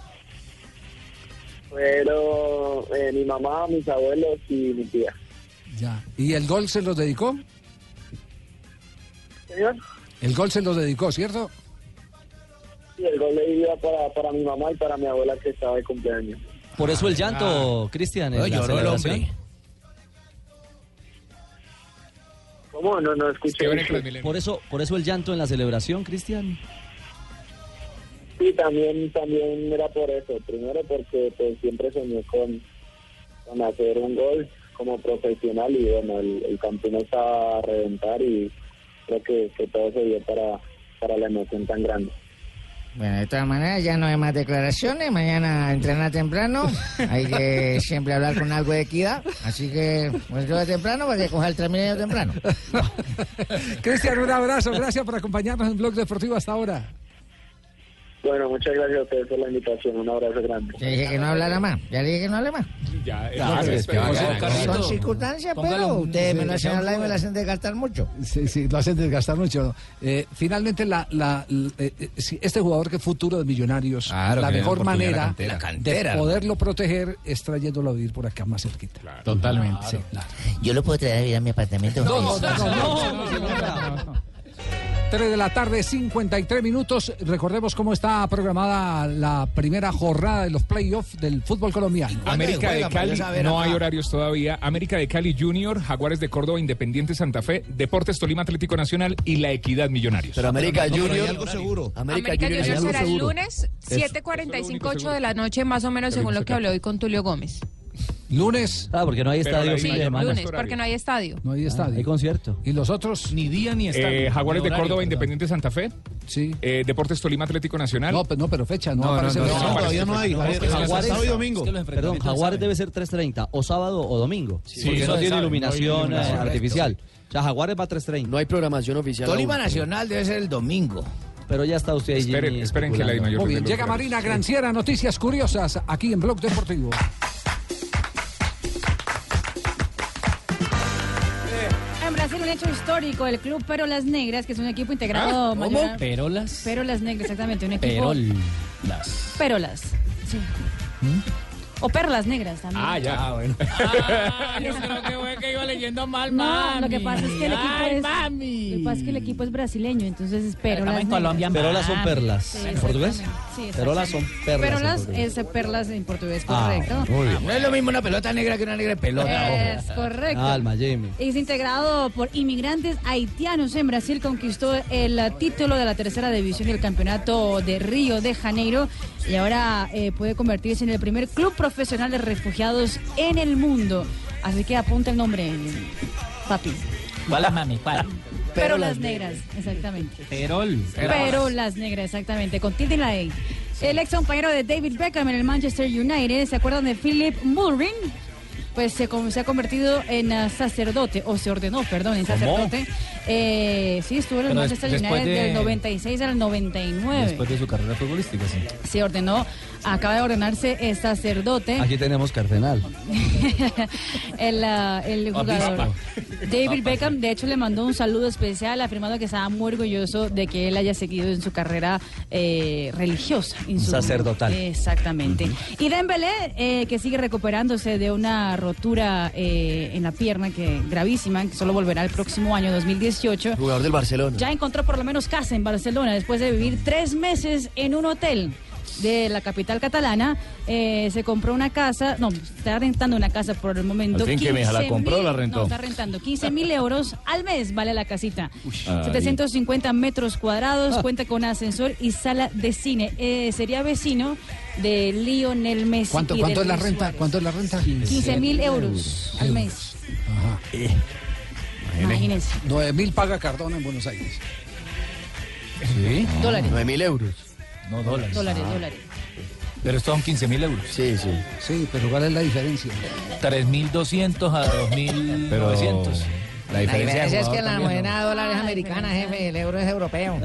Speaker 21: Pero eh, mi mamá, mis abuelos y mi tía.
Speaker 9: Ya. ¿Y el gol se los dedicó?
Speaker 21: Señor,
Speaker 9: El gol se los dedicó, ¿cierto?
Speaker 21: y el gol le iba para, para mi mamá y para mi abuela que estaba de cumpleaños.
Speaker 13: Por eso el llanto, Cristian. en
Speaker 21: No,
Speaker 13: la
Speaker 21: lloró el
Speaker 13: celebración.
Speaker 21: ¿Cómo? No, no escuché.
Speaker 13: Por eso, por eso el llanto en la celebración, Cristian.
Speaker 21: Sí, también, también era por eso. Primero porque pues, siempre soñé con, con hacer un gol como profesional y bueno, el, el campeón estaba a reventar y creo que, que todo se dio para, para la emoción tan grande.
Speaker 18: Bueno, de todas maneras, ya no hay más declaraciones. Mañana entrenar temprano. Hay que siempre hablar con algo de equidad. Así que, pues yo de temprano, para que coja el Transmilenio temprano.
Speaker 9: Cristian, un abrazo, gracias por acompañarnos en Blog Deportivo hasta ahora.
Speaker 21: Bueno, muchas gracias a ustedes por la invitación. Un abrazo grande.
Speaker 18: Le dije que no hablara más. Ya le dije que no hable más.
Speaker 21: Ya,
Speaker 18: Son circunstancias, pero ustedes me lo hacen hablar y me lo hacen desgastar mucho.
Speaker 9: Sí, sí, lo hacen desgastar mucho. Eh, finalmente, la, la- l- eh, eh, sí, este jugador que es futuro de Millonarios,
Speaker 14: Claro,
Speaker 9: la
Speaker 14: que le dan
Speaker 9: mejor
Speaker 14: oportunidad a
Speaker 9: manera
Speaker 14: la cantera. La
Speaker 9: de
Speaker 14: cantera,
Speaker 9: poderlo proteger es trayéndolo a vivir por acá más cerquita.
Speaker 14: Totalmente.
Speaker 9: Sí,
Speaker 1: Yo lo puedo traer a vivir a mi apartamento.
Speaker 9: No, no, no, no, no. 3 de la tarde, 53 minutos. Recordemos cómo está programada la primera jornada de los playoffs del fútbol colombiano.
Speaker 18: Ah,
Speaker 20: América de Cali, pues, no hay horarios todavía. América de Cali Junior, Jaguares de Córdoba, Independiente Santa Fe, Deportes Tolima Atlético Nacional y La Equidad Millonarios.
Speaker 22: Pero América
Speaker 20: No, pero hay
Speaker 22: Junior-
Speaker 20: algo seguro.
Speaker 22: América
Speaker 28: América
Speaker 20: Junior,
Speaker 28: Junior
Speaker 20: hay algo
Speaker 28: será el
Speaker 20: seguro.
Speaker 28: lunes,
Speaker 20: Eso,
Speaker 28: 7.45, 8 de la noche, más o menos,
Speaker 13: Lo
Speaker 28: según
Speaker 13: único
Speaker 28: lo que hablé hoy con Tulio Gómez.
Speaker 9: Lunes.
Speaker 13: Ah, porque no hay estadio fin de semana.
Speaker 28: lunes, porque no hay estadio.
Speaker 9: No hay estadio.
Speaker 13: hay concierto.
Speaker 9: ¿Y los otros?
Speaker 13: Ni día ni
Speaker 20: Eh, Jaguares de Córdoba, Independiente Santa Fe. Eh,
Speaker 9: Sí.
Speaker 20: Deportes Tolima Atlético Nacional.
Speaker 9: No, pe- no, pero fecha, no, aparece fecha. Ah,
Speaker 13: Jaguares, es que los Perdón, Jaguares debe ser 3.30, o sábado o domingo.
Speaker 22: Sí,
Speaker 13: porque
Speaker 22: eso
Speaker 13: no
Speaker 22: se
Speaker 13: tiene
Speaker 22: sabe, no hay
Speaker 13: iluminación eh,
Speaker 22: iluminación.
Speaker 13: artificial. O sea, Jaguares va 3.30. No
Speaker 22: hay programación oficial.
Speaker 13: Tolima
Speaker 1: Nacional debe ser el domingo.
Speaker 13: Pero ya está usted ahí.
Speaker 20: Esperen-
Speaker 13: Jimmy,
Speaker 20: esperen que la
Speaker 13: especulando.
Speaker 20: Dimayor
Speaker 9: Muy bien, llega Marina Granciera, noticias curiosas aquí en Blog Deportivo.
Speaker 25: En Brasil un hecho histórico, el club Perolas Negras, que es un equipo
Speaker 13: Ah,
Speaker 25: integrado mayor-
Speaker 3: Perolas.
Speaker 25: Perolas Negras, exactamente, un equipo
Speaker 3: Perolas.
Speaker 25: Perolas. sí.
Speaker 13: ¿Mm?
Speaker 25: O Perlas Negras también.
Speaker 3: Ah, ya. bueno.
Speaker 1: Ah,
Speaker 25: yo creo que
Speaker 3: iba leyendo mal,
Speaker 25: no,
Speaker 3: mami.
Speaker 25: lo que pasa es que el equipo
Speaker 3: Ay,
Speaker 25: es Lo que pasa es que el equipo es brasileño, entonces es Perolas.
Speaker 13: Estamos en
Speaker 25: Negras.
Speaker 13: Colombia, Perolas son
Speaker 25: Mami.
Speaker 13: perlas.
Speaker 25: Sí,
Speaker 13: ¿En portugués?
Speaker 25: exactamente. Sí,
Speaker 13: Perolas son perlas. en
Speaker 25: Perolas
Speaker 13: portugués.
Speaker 25: es perlas en portugués,
Speaker 13: Ah,
Speaker 25: correcto.
Speaker 13: muy bien.
Speaker 1: No es lo mismo una pelota negra que una negra de pelota.
Speaker 25: Es correcto.
Speaker 13: Alma, Jimmy.
Speaker 25: Es integrado por inmigrantes haitianos en Brasil, conquistó el eh, título de la tercera división y el campeonato de Río de Janeiro y ahora eh, puede convertirse en el primer club profesional de refugiados en el mundo. Así que apunta el nombre, papi.
Speaker 30: ¿Cuál mami? ¿Cuál?
Speaker 25: Pero las negras, exactamente.
Speaker 30: Perol.
Speaker 25: Pero las negras, exactamente, con tilde en la E. El ex compañero de David Beckham en el Manchester United, ¿se acuerdan de Philip Mulrin? Pues se, com- se ha convertido en eh, sacerdote, o se ordenó, perdón, en
Speaker 30: ¿Cómo?
Speaker 25: sacerdote. Eh, sí, estuvo en el
Speaker 30: Pero des-
Speaker 25: Manchester
Speaker 30: después
Speaker 25: United
Speaker 30: de-
Speaker 25: del 96 al 99.
Speaker 30: Después de su carrera futbolística, sí.
Speaker 25: Se ordenó, acaba de ordenarse eh, sacerdote.
Speaker 13: Aquí tenemos Cardenal.
Speaker 25: el, ah, el jugador.
Speaker 13: Obispo.
Speaker 25: David Beckham, de hecho, le mandó un saludo especial afirmando que estaba muy orgulloso de que él haya seguido en su carrera eh, religiosa. en su-
Speaker 13: Sacerdotal.
Speaker 25: Exactamente. Y Dembélé, eh, que sigue recuperándose de una rotura eh, en la pierna que gravísima, que solo volverá el próximo año, 2018.
Speaker 22: Jugador del Barcelona.
Speaker 25: Ya encontró por lo menos casa en Barcelona después de vivir tres meses en un hotel de la capital catalana. Eh, se compró una casa, no, está rentando una casa por el momento.
Speaker 30: Al fin que mija, ¿la
Speaker 25: 15.000,
Speaker 30: compró o la rentó?
Speaker 25: No, está rentando 15 mil euros al mes, vale la casita.
Speaker 30: Ay.
Speaker 25: 750 metros
Speaker 30: Ah.
Speaker 25: cuadrados, cuenta con ascensor y sala de cine. Eh, sería vecino de Lionel Messi.
Speaker 9: ¿Cuánto,
Speaker 25: y
Speaker 9: cuánto
Speaker 25: de
Speaker 9: es la
Speaker 25: Luis
Speaker 9: renta?
Speaker 25: Suárez.
Speaker 9: ¿Cuánto es la renta?
Speaker 25: 15 mil euros al mes.
Speaker 9: Ajá.
Speaker 25: Imagínese. imagínense.
Speaker 9: 9 mil paga Cardona en Buenos Aires.
Speaker 3: Sí.
Speaker 25: Dólares.
Speaker 3: 9 mil euros. No, Ah.
Speaker 25: Dólares, dólares.
Speaker 30: Pero estos son 15 mil euros.
Speaker 3: Sí, sí.
Speaker 9: Sí, pero ¿cuál es la diferencia?
Speaker 30: 3.200 a 2.900.
Speaker 3: Pero la
Speaker 18: La diferencia es que la moneda de dólares americana, jefe, el euro es europeo.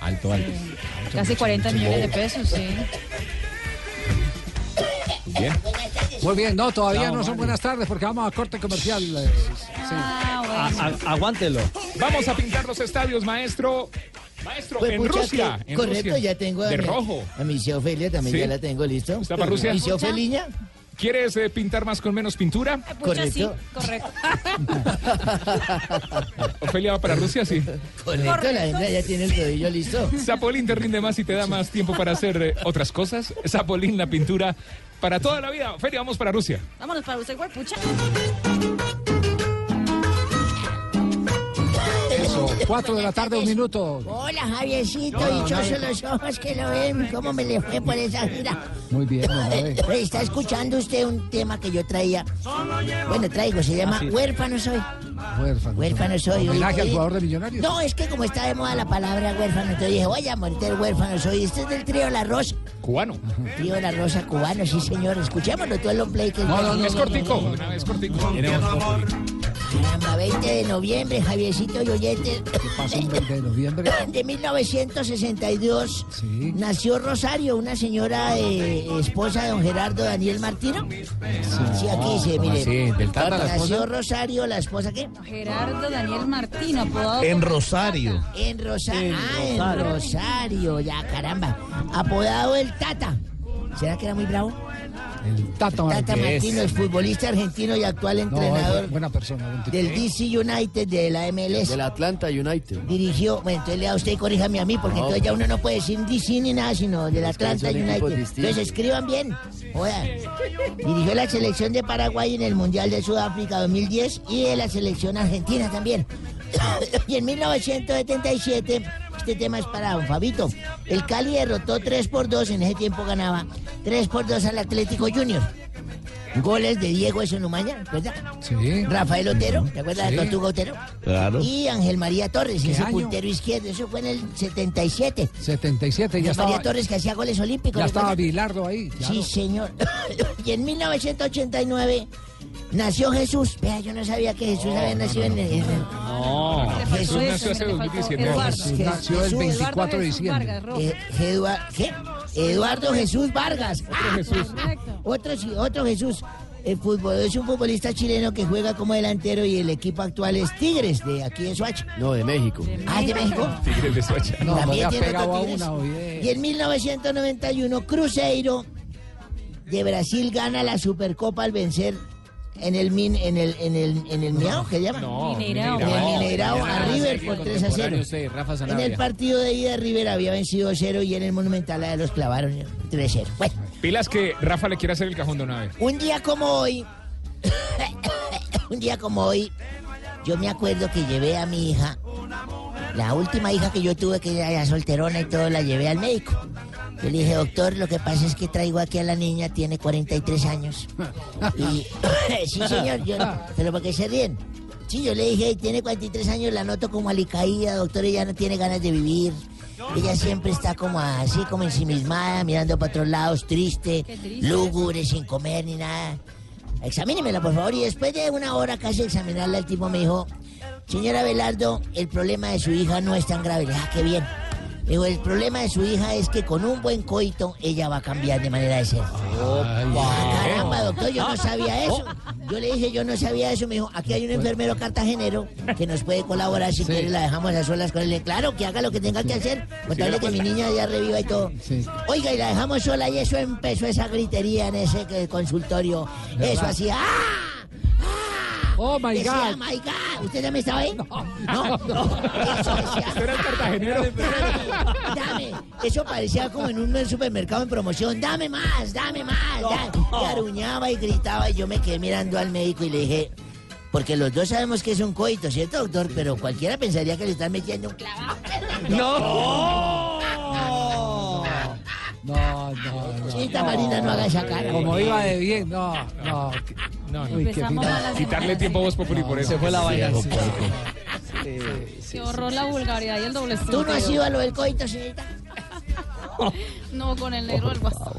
Speaker 3: Alto, alto.
Speaker 25: Casi 40 millones de pesos, sí.
Speaker 3: Bien.
Speaker 9: Muy bien, no, todavía
Speaker 13: Chao,
Speaker 9: no son
Speaker 13: Mario.
Speaker 9: buenas tardes porque vamos a corte comercial. eh,
Speaker 13: aguántelo.
Speaker 20: Vamos a pintar los estadios, maestro. Maestro,
Speaker 18: Pues,
Speaker 20: en
Speaker 18: pucha,
Speaker 20: Rusia.
Speaker 18: que-
Speaker 20: en
Speaker 18: correcto,
Speaker 20: Rusia.
Speaker 18: ya tengo a
Speaker 20: De
Speaker 18: mi,
Speaker 20: rojo.
Speaker 18: A mi tía Ofelia también
Speaker 20: Sí.
Speaker 18: ya la tengo, ¿listo?
Speaker 20: ¿Está para Rusia?
Speaker 18: ¿Mi tía
Speaker 20: Pucha.
Speaker 18: Ofeliña?
Speaker 20: ¿Quieres eh, pintar más con menos pintura?
Speaker 18: Pucha, sí,
Speaker 25: correcto.
Speaker 18: Correcto.
Speaker 20: Ofelia va para Rusia, sí.
Speaker 18: Correcto, la hembra ya tiene el rodillo listo.
Speaker 20: Zapolín te rinde más y te da más tiempo para hacer eh, otras cosas. Zapolín, la pintura para toda la vida. Feria, vamos para Rusia.
Speaker 25: Vámonos para usted, pucha.
Speaker 9: Eso, 4 de la tarde, un minuto.
Speaker 18: Hola, Javiercito,
Speaker 9: No,
Speaker 18: dichosos
Speaker 9: nadie-
Speaker 18: los ojos que lo ven. ¿Cómo me le fue por esa gira?
Speaker 9: Muy bien, don Abel.
Speaker 18: Oye, Está escuchando usted un tema que yo traía. Bueno, traigo, se llama
Speaker 9: Ah, sí.
Speaker 18: Huérfano Soy.
Speaker 9: Huérfano.
Speaker 18: Huérfano soy.
Speaker 9: Homenaje al
Speaker 18: Oye,
Speaker 9: jugador de Millonarios.
Speaker 18: No, es que como está de moda la palabra huérfano, entonces dije, voy a morir del huérfano soy. Este es del trío La Rosa.
Speaker 20: Cubano.
Speaker 18: Trío La Rosa cubano, sí señor. Escuchémoslo todo el long play que
Speaker 20: No, no, no, es cortico. de una vez cortico.
Speaker 18: Caramba, 20 de noviembre, Javiercito y oyentes.
Speaker 9: Pasó un 20 de noviembre.
Speaker 18: De 1962 nació Rosario, una señora eh, esposa de don Gerardo Daniel Martino. Sí, aquí dice,
Speaker 3: ¿Cómo
Speaker 18: mire.
Speaker 3: así? ¿Del Tata la
Speaker 18: Nació
Speaker 3: esposa?
Speaker 18: Rosario, la esposa qué?
Speaker 25: Gerardo Daniel Martino, apodado.
Speaker 15: En
Speaker 25: como-
Speaker 15: Rosario.
Speaker 18: En Rosario. Ah,
Speaker 25: En
Speaker 18: en
Speaker 25: Rosario.
Speaker 18: Rosario, ya caramba. Apodado el Tata. ¿Será que era muy bravo?
Speaker 9: El Tata
Speaker 18: Tata
Speaker 9: Martínez.
Speaker 18: Martino es futbolista argentino y actual
Speaker 9: No, es
Speaker 18: entrenador
Speaker 9: buena persona. buen tipo.
Speaker 18: del DC United de la MLS.
Speaker 22: Del Atlanta United.
Speaker 18: Dirigió, bueno, entonces lea usted y corríjame a mí, porque
Speaker 22: No,
Speaker 18: entonces ya
Speaker 22: pues.
Speaker 18: uno no puede decir DC ni nada, sino del
Speaker 22: Es que
Speaker 18: Atlanta
Speaker 22: son
Speaker 18: United.
Speaker 22: equipos
Speaker 18: Entonces
Speaker 22: distintos.
Speaker 18: escriban bien. Joda. Dirigió la selección de Paraguay en el Mundial de Sudáfrica 2010 y de la selección argentina también. y en 1977, este tema es para don Fabito. El Cali derrotó 3 por 2, en ese tiempo ganaba 3 por 2 al Atlético Junior. Goles de Diego Esonumaña, ¿verdad?
Speaker 9: Sí.
Speaker 18: Rafael Otero, ¿te acuerdas
Speaker 9: Sí.
Speaker 18: de Tortuga Otero?
Speaker 9: Claro.
Speaker 18: Y Ángel María Torres,
Speaker 9: ¿Qué
Speaker 18: ese
Speaker 9: año?
Speaker 18: puntero izquierdo, eso fue en el 77.
Speaker 9: 77, ya
Speaker 18: Ángel
Speaker 9: estaba.
Speaker 18: María Torres que hacía goles olímpicos.
Speaker 9: Ya estaba
Speaker 18: ¿recuerdan?
Speaker 9: Bilardo ahí. claro.
Speaker 18: Sí, señor. y en 1989 nació Jesús. Vea, yo no sabía que Jesús había nacido en el...
Speaker 20: No. Jesús nació hace 2017.
Speaker 9: Jesús nació el 24 de diciembre.
Speaker 18: Eh, Edua- ¿qué? Eduardo Jesús Vargas. Ah,
Speaker 20: Jesús.
Speaker 18: Otro, sí, otro Jesús. El fútbol, es un futbolista chileno que juega como delantero y el equipo actual es Tigres de aquí de Soacha.
Speaker 22: No, de México.
Speaker 18: Ah, ¿es de México.
Speaker 20: Tigres de Soacha.
Speaker 9: No, no le
Speaker 18: También
Speaker 9: ha
Speaker 18: tiene
Speaker 9: pegado
Speaker 18: otro
Speaker 9: a
Speaker 18: Tigres.
Speaker 9: una, oye.
Speaker 18: Y en 1991, Cruzeiro de Brasil gana la Supercopa al vencer en el Min, en el, en el, en el Miau, ¿qué llaman?
Speaker 3: No,
Speaker 18: En el Mineirao a River por 3 a 0.
Speaker 3: Usted, Rafa
Speaker 18: En el
Speaker 3: Sanabria.
Speaker 18: partido de ida River había vencido 0 y en el Monumental a los clavaron 3-0. Bueno,
Speaker 20: Pilas que Rafa le quiere hacer el cajón de una vez.
Speaker 18: un día como hoy, un día como hoy, yo me acuerdo que llevé a mi hija, la última hija que yo tuve, que era ya solterona y todo, la llevé al médico. Yo le dije, doctor, lo que pasa es que traigo aquí a la niña, tiene 43 años. Y, sí, señor, yo, pero porque se ríen. Sí, yo le dije, tiene 43 años, la noto como alicaída, doctor, ella no tiene ganas de vivir. Ella siempre está como así, como ensimismada, mirando para otros lados, triste,
Speaker 2: triste.
Speaker 18: lúgubre, sin comer ni nada. Examínemela, por favor. Y después de una hora casi examinarla, el tipo me dijo, señora Velardo, el problema de su hija no es tan grave. Le dije, ah, qué bien. Me dijo, el problema de su hija es que con un buen coito ella va a cambiar de manera de ser. Ah, caramba, doctor, yo no sabía eso.
Speaker 9: Oh.
Speaker 18: Yo le dije, yo no sabía eso. Me dijo, aquí hay un enfermero cartagenero que nos puede colaborar. Si quiere, la dejamos a solas con él. Le dije, Claro, que haga lo que tenga que hacer. Contarle que mi niña ya reviva y todo. Oiga, y la dejamos sola y eso empezó esa gritería en ese que- consultorio.
Speaker 9: ¿Verdad?
Speaker 18: Eso hacía, ¡ah!
Speaker 9: Oh my
Speaker 18: Decía,
Speaker 9: God.
Speaker 18: my God. ¿Usted también estaba ahí? No, no. Eso decía.
Speaker 20: Era el cartagenero.
Speaker 18: Dame. Eso parecía como en un supermercado en promoción. Dame más, dame más. da- Y aruñaba y gritaba. Y yo me quedé mirando al médico y le dije. Porque los dos sabemos que es un coito, ¿cierto, doctor? Pero cualquiera pensaría que le están metiendo un clavado.
Speaker 9: No, no, no.
Speaker 18: Chita Marina, no haga esa cara.
Speaker 9: Como iba de bien, no, no.
Speaker 20: No, no.
Speaker 23: Empezamos mal la
Speaker 20: Quitarle
Speaker 23: semana,
Speaker 20: tiempo a
Speaker 23: sí.
Speaker 20: Voz Populi por eso.
Speaker 13: se fue la vaina.
Speaker 20: Sí,
Speaker 23: Se ahorró la vulgaridad y el doble
Speaker 12: ¿Tú no has ido a lo del
Speaker 23: coito,
Speaker 12: coito, señorita?
Speaker 23: No, con el negro del WhatsApp.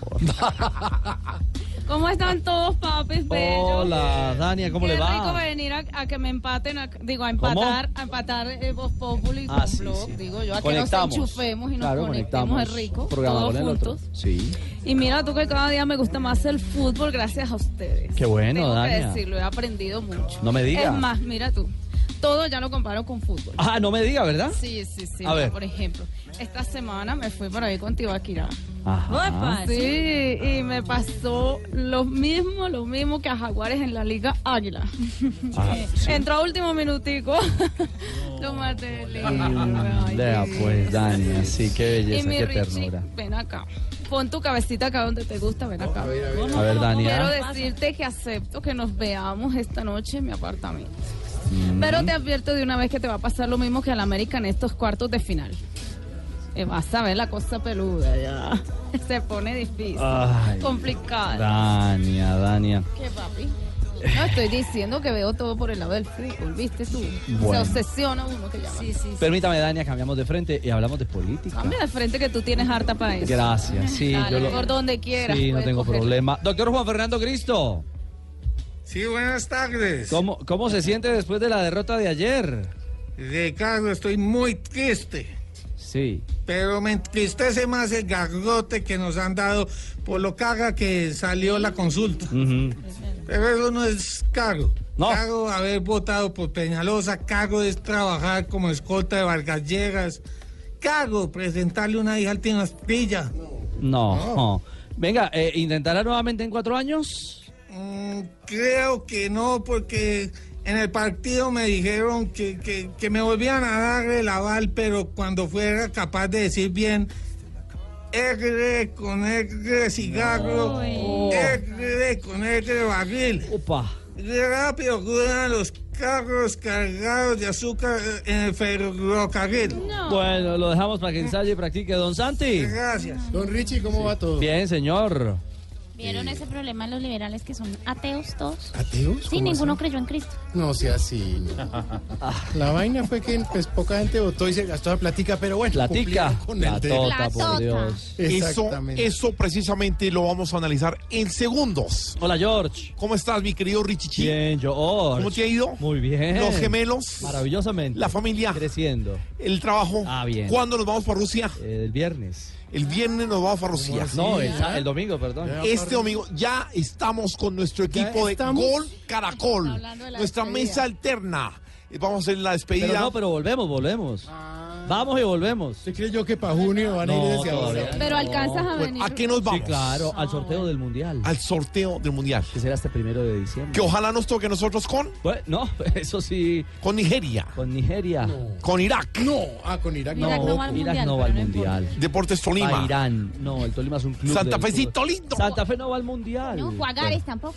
Speaker 23: ¿Cómo están todos, papis bellos?
Speaker 13: Hola, Dania, ¿cómo
Speaker 23: Qué
Speaker 13: le
Speaker 23: rico
Speaker 13: va?
Speaker 23: venir a, a que me empaten, a- digo, a empatar, a empatar eh, Voz Populi con
Speaker 13: Ah, sí,
Speaker 23: Blog,
Speaker 13: sí.
Speaker 23: digo yo, a que nos
Speaker 13: Conectamos.
Speaker 23: enchufemos y nos
Speaker 13: Claro,
Speaker 23: conectemos, es rico,
Speaker 13: Programa
Speaker 23: todos
Speaker 13: con el otro.
Speaker 23: juntos.
Speaker 13: Sí.
Speaker 23: Y mira tú que cada día me gusta más el fútbol gracias a ustedes.
Speaker 13: Qué bueno,
Speaker 23: Tengo que
Speaker 13: Dania.
Speaker 23: decirlo, he aprendido mucho.
Speaker 13: No me diga.
Speaker 23: Es más, mira tú, todo ya lo comparo con fútbol.
Speaker 13: Ah, no me diga, ¿verdad?
Speaker 23: Sí, sí, sí.
Speaker 13: A
Speaker 23: O sea,
Speaker 13: ver.
Speaker 23: Por ejemplo, esta semana me fui por ahí con Tibaquirá.
Speaker 13: Ajá.
Speaker 23: Sí, y me pasó lo mismo, lo mismo que a Jaguares en la Liga Águila.
Speaker 13: Ah,
Speaker 23: Entró a último minutico. Lo maté, lindo.
Speaker 13: Vea pues, Dania, sí, qué
Speaker 23: Y
Speaker 13: belleza,
Speaker 23: mi
Speaker 13: qué
Speaker 23: Richie,
Speaker 13: ternura.
Speaker 23: ven acá. Pon tu cabecita acá donde te gusta, ven acá.
Speaker 13: A ver,
Speaker 23: Quiero
Speaker 13: Dania.
Speaker 23: decirte que acepto que nos veamos esta noche en mi apartamento.
Speaker 13: Mm.
Speaker 23: Pero te advierto de una vez que te va a pasar lo mismo que al América en estos cuartos de final. Eh, vas a ver la cosa peluda ya. Se pone difícil,
Speaker 13: Ay,
Speaker 23: complicada.
Speaker 13: Dania, Dania.
Speaker 23: ¿Qué, papi? No, estoy diciendo que veo todo por el lado del fútbol, ¿viste tú?
Speaker 13: Bueno.
Speaker 23: Se obsesiona uno que llama. Sí, sí,
Speaker 13: Permítame, Dania, cambiamos de frente y hablamos de política.
Speaker 23: Cambia de frente que tú tienes harta para eso.
Speaker 13: Gracias, sí,
Speaker 23: Dale,
Speaker 13: yo lo-
Speaker 23: por donde quieras. pues,
Speaker 13: Sí, no
Speaker 23: puedes
Speaker 13: tengo
Speaker 23: cogerlo.
Speaker 13: problema. Doctor Juan Fernando Cristo.
Speaker 29: Sí, buenas tardes.
Speaker 13: ¿Cómo, ¿Cómo se siente después de la derrota de ayer?
Speaker 29: Ricardo, estoy muy triste.
Speaker 13: Sí.
Speaker 29: Pero me entristece más el garrote que nos han dado por lo caga que salió la consulta. Pero eso no es caro. Caro haber votado por Peñalosa, caro es trabajar como escolta de Vargas Llegas, caro presentarle una hija al Tino Asprilla.
Speaker 13: No.
Speaker 29: No.
Speaker 13: Venga, eh, ¿intentará nuevamente en cuatro años?
Speaker 29: Mm, creo que no, porque en el partido me dijeron que, que- que me volvían a dar el aval, pero cuando fuera capaz de decir bien R con R cigarro, R con R barril. Rápido ruedan los carros cargados de azúcar en el ferrocarril.
Speaker 13: Bueno, lo dejamos para que ensaye y practique. Don Santi.
Speaker 29: Gracias.
Speaker 6: Don Richie, ¿cómo va todo?
Speaker 13: Bien, señor.
Speaker 25: ¿Vieron ese problema de los liberales que son ateos todos?
Speaker 6: ¿Ateos?
Speaker 25: Sí,
Speaker 6: ¿Cómo
Speaker 25: ninguno
Speaker 6: así?
Speaker 25: creyó en Cristo.
Speaker 6: No sea así. no. La vaina fue que pues, poca gente votó y se gastó la platica, pero bueno.
Speaker 13: Platica.
Speaker 6: cumplieron Con el
Speaker 13: Platota,
Speaker 25: tota.
Speaker 13: por Dios.
Speaker 6: Eso,
Speaker 24: Eso, eso precisamente lo vamos a analizar en segundos.
Speaker 13: Hola, George.
Speaker 24: ¿Cómo estás, mi querido Richichi?
Speaker 13: Bien, George.
Speaker 24: ¿Cómo te ha ido?
Speaker 13: Muy bien.
Speaker 24: Los gemelos.
Speaker 13: Maravillosamente.
Speaker 24: La familia.
Speaker 13: Creciendo.
Speaker 24: El trabajo.
Speaker 13: Ah, bien.
Speaker 24: ¿Cuándo nos vamos para Rusia?
Speaker 13: El viernes.
Speaker 24: El viernes nos vamos para Rusia.
Speaker 13: No, el, el domingo, perdón.
Speaker 24: ¿eh? Este domingo ya estamos con nuestro equipo de
Speaker 13: estamos.
Speaker 24: Gol Caracol,
Speaker 13: hablando de la
Speaker 24: nuestra
Speaker 13: despedida.
Speaker 24: mesa alterna. Eh, Vamos a hacer la despedida.
Speaker 13: Pero no, pero volvemos, volvemos. Vamos y volvemos.
Speaker 6: Ah. ¿Usted cree yo que para junio van a ir desde ahora?
Speaker 23: Pero alcanzas
Speaker 13: Pues,
Speaker 23: a venir.
Speaker 24: Bueno, ¿A qué nos vamos?
Speaker 13: Sí, claro, al sorteo del Mundial.
Speaker 24: Al sorteo del Mundial.
Speaker 13: Que será este primero de diciembre.
Speaker 24: Que ojalá nos toque nosotros con.
Speaker 13: Bueno, eso sí.
Speaker 24: Con Nigeria.
Speaker 13: Con Nigeria.
Speaker 24: Con Irak.
Speaker 6: No, ah, con Irak
Speaker 13: No, Irak no va al Mundial.
Speaker 24: Deportes Tolima.
Speaker 13: Va a Irán. No, el Tolima es un club.
Speaker 24: Santa
Speaker 13: del
Speaker 24: Fecito
Speaker 13: fútbol.
Speaker 24: lindo.
Speaker 13: Santa Fe no va al Mundial.
Speaker 25: No, Juagares tampoco.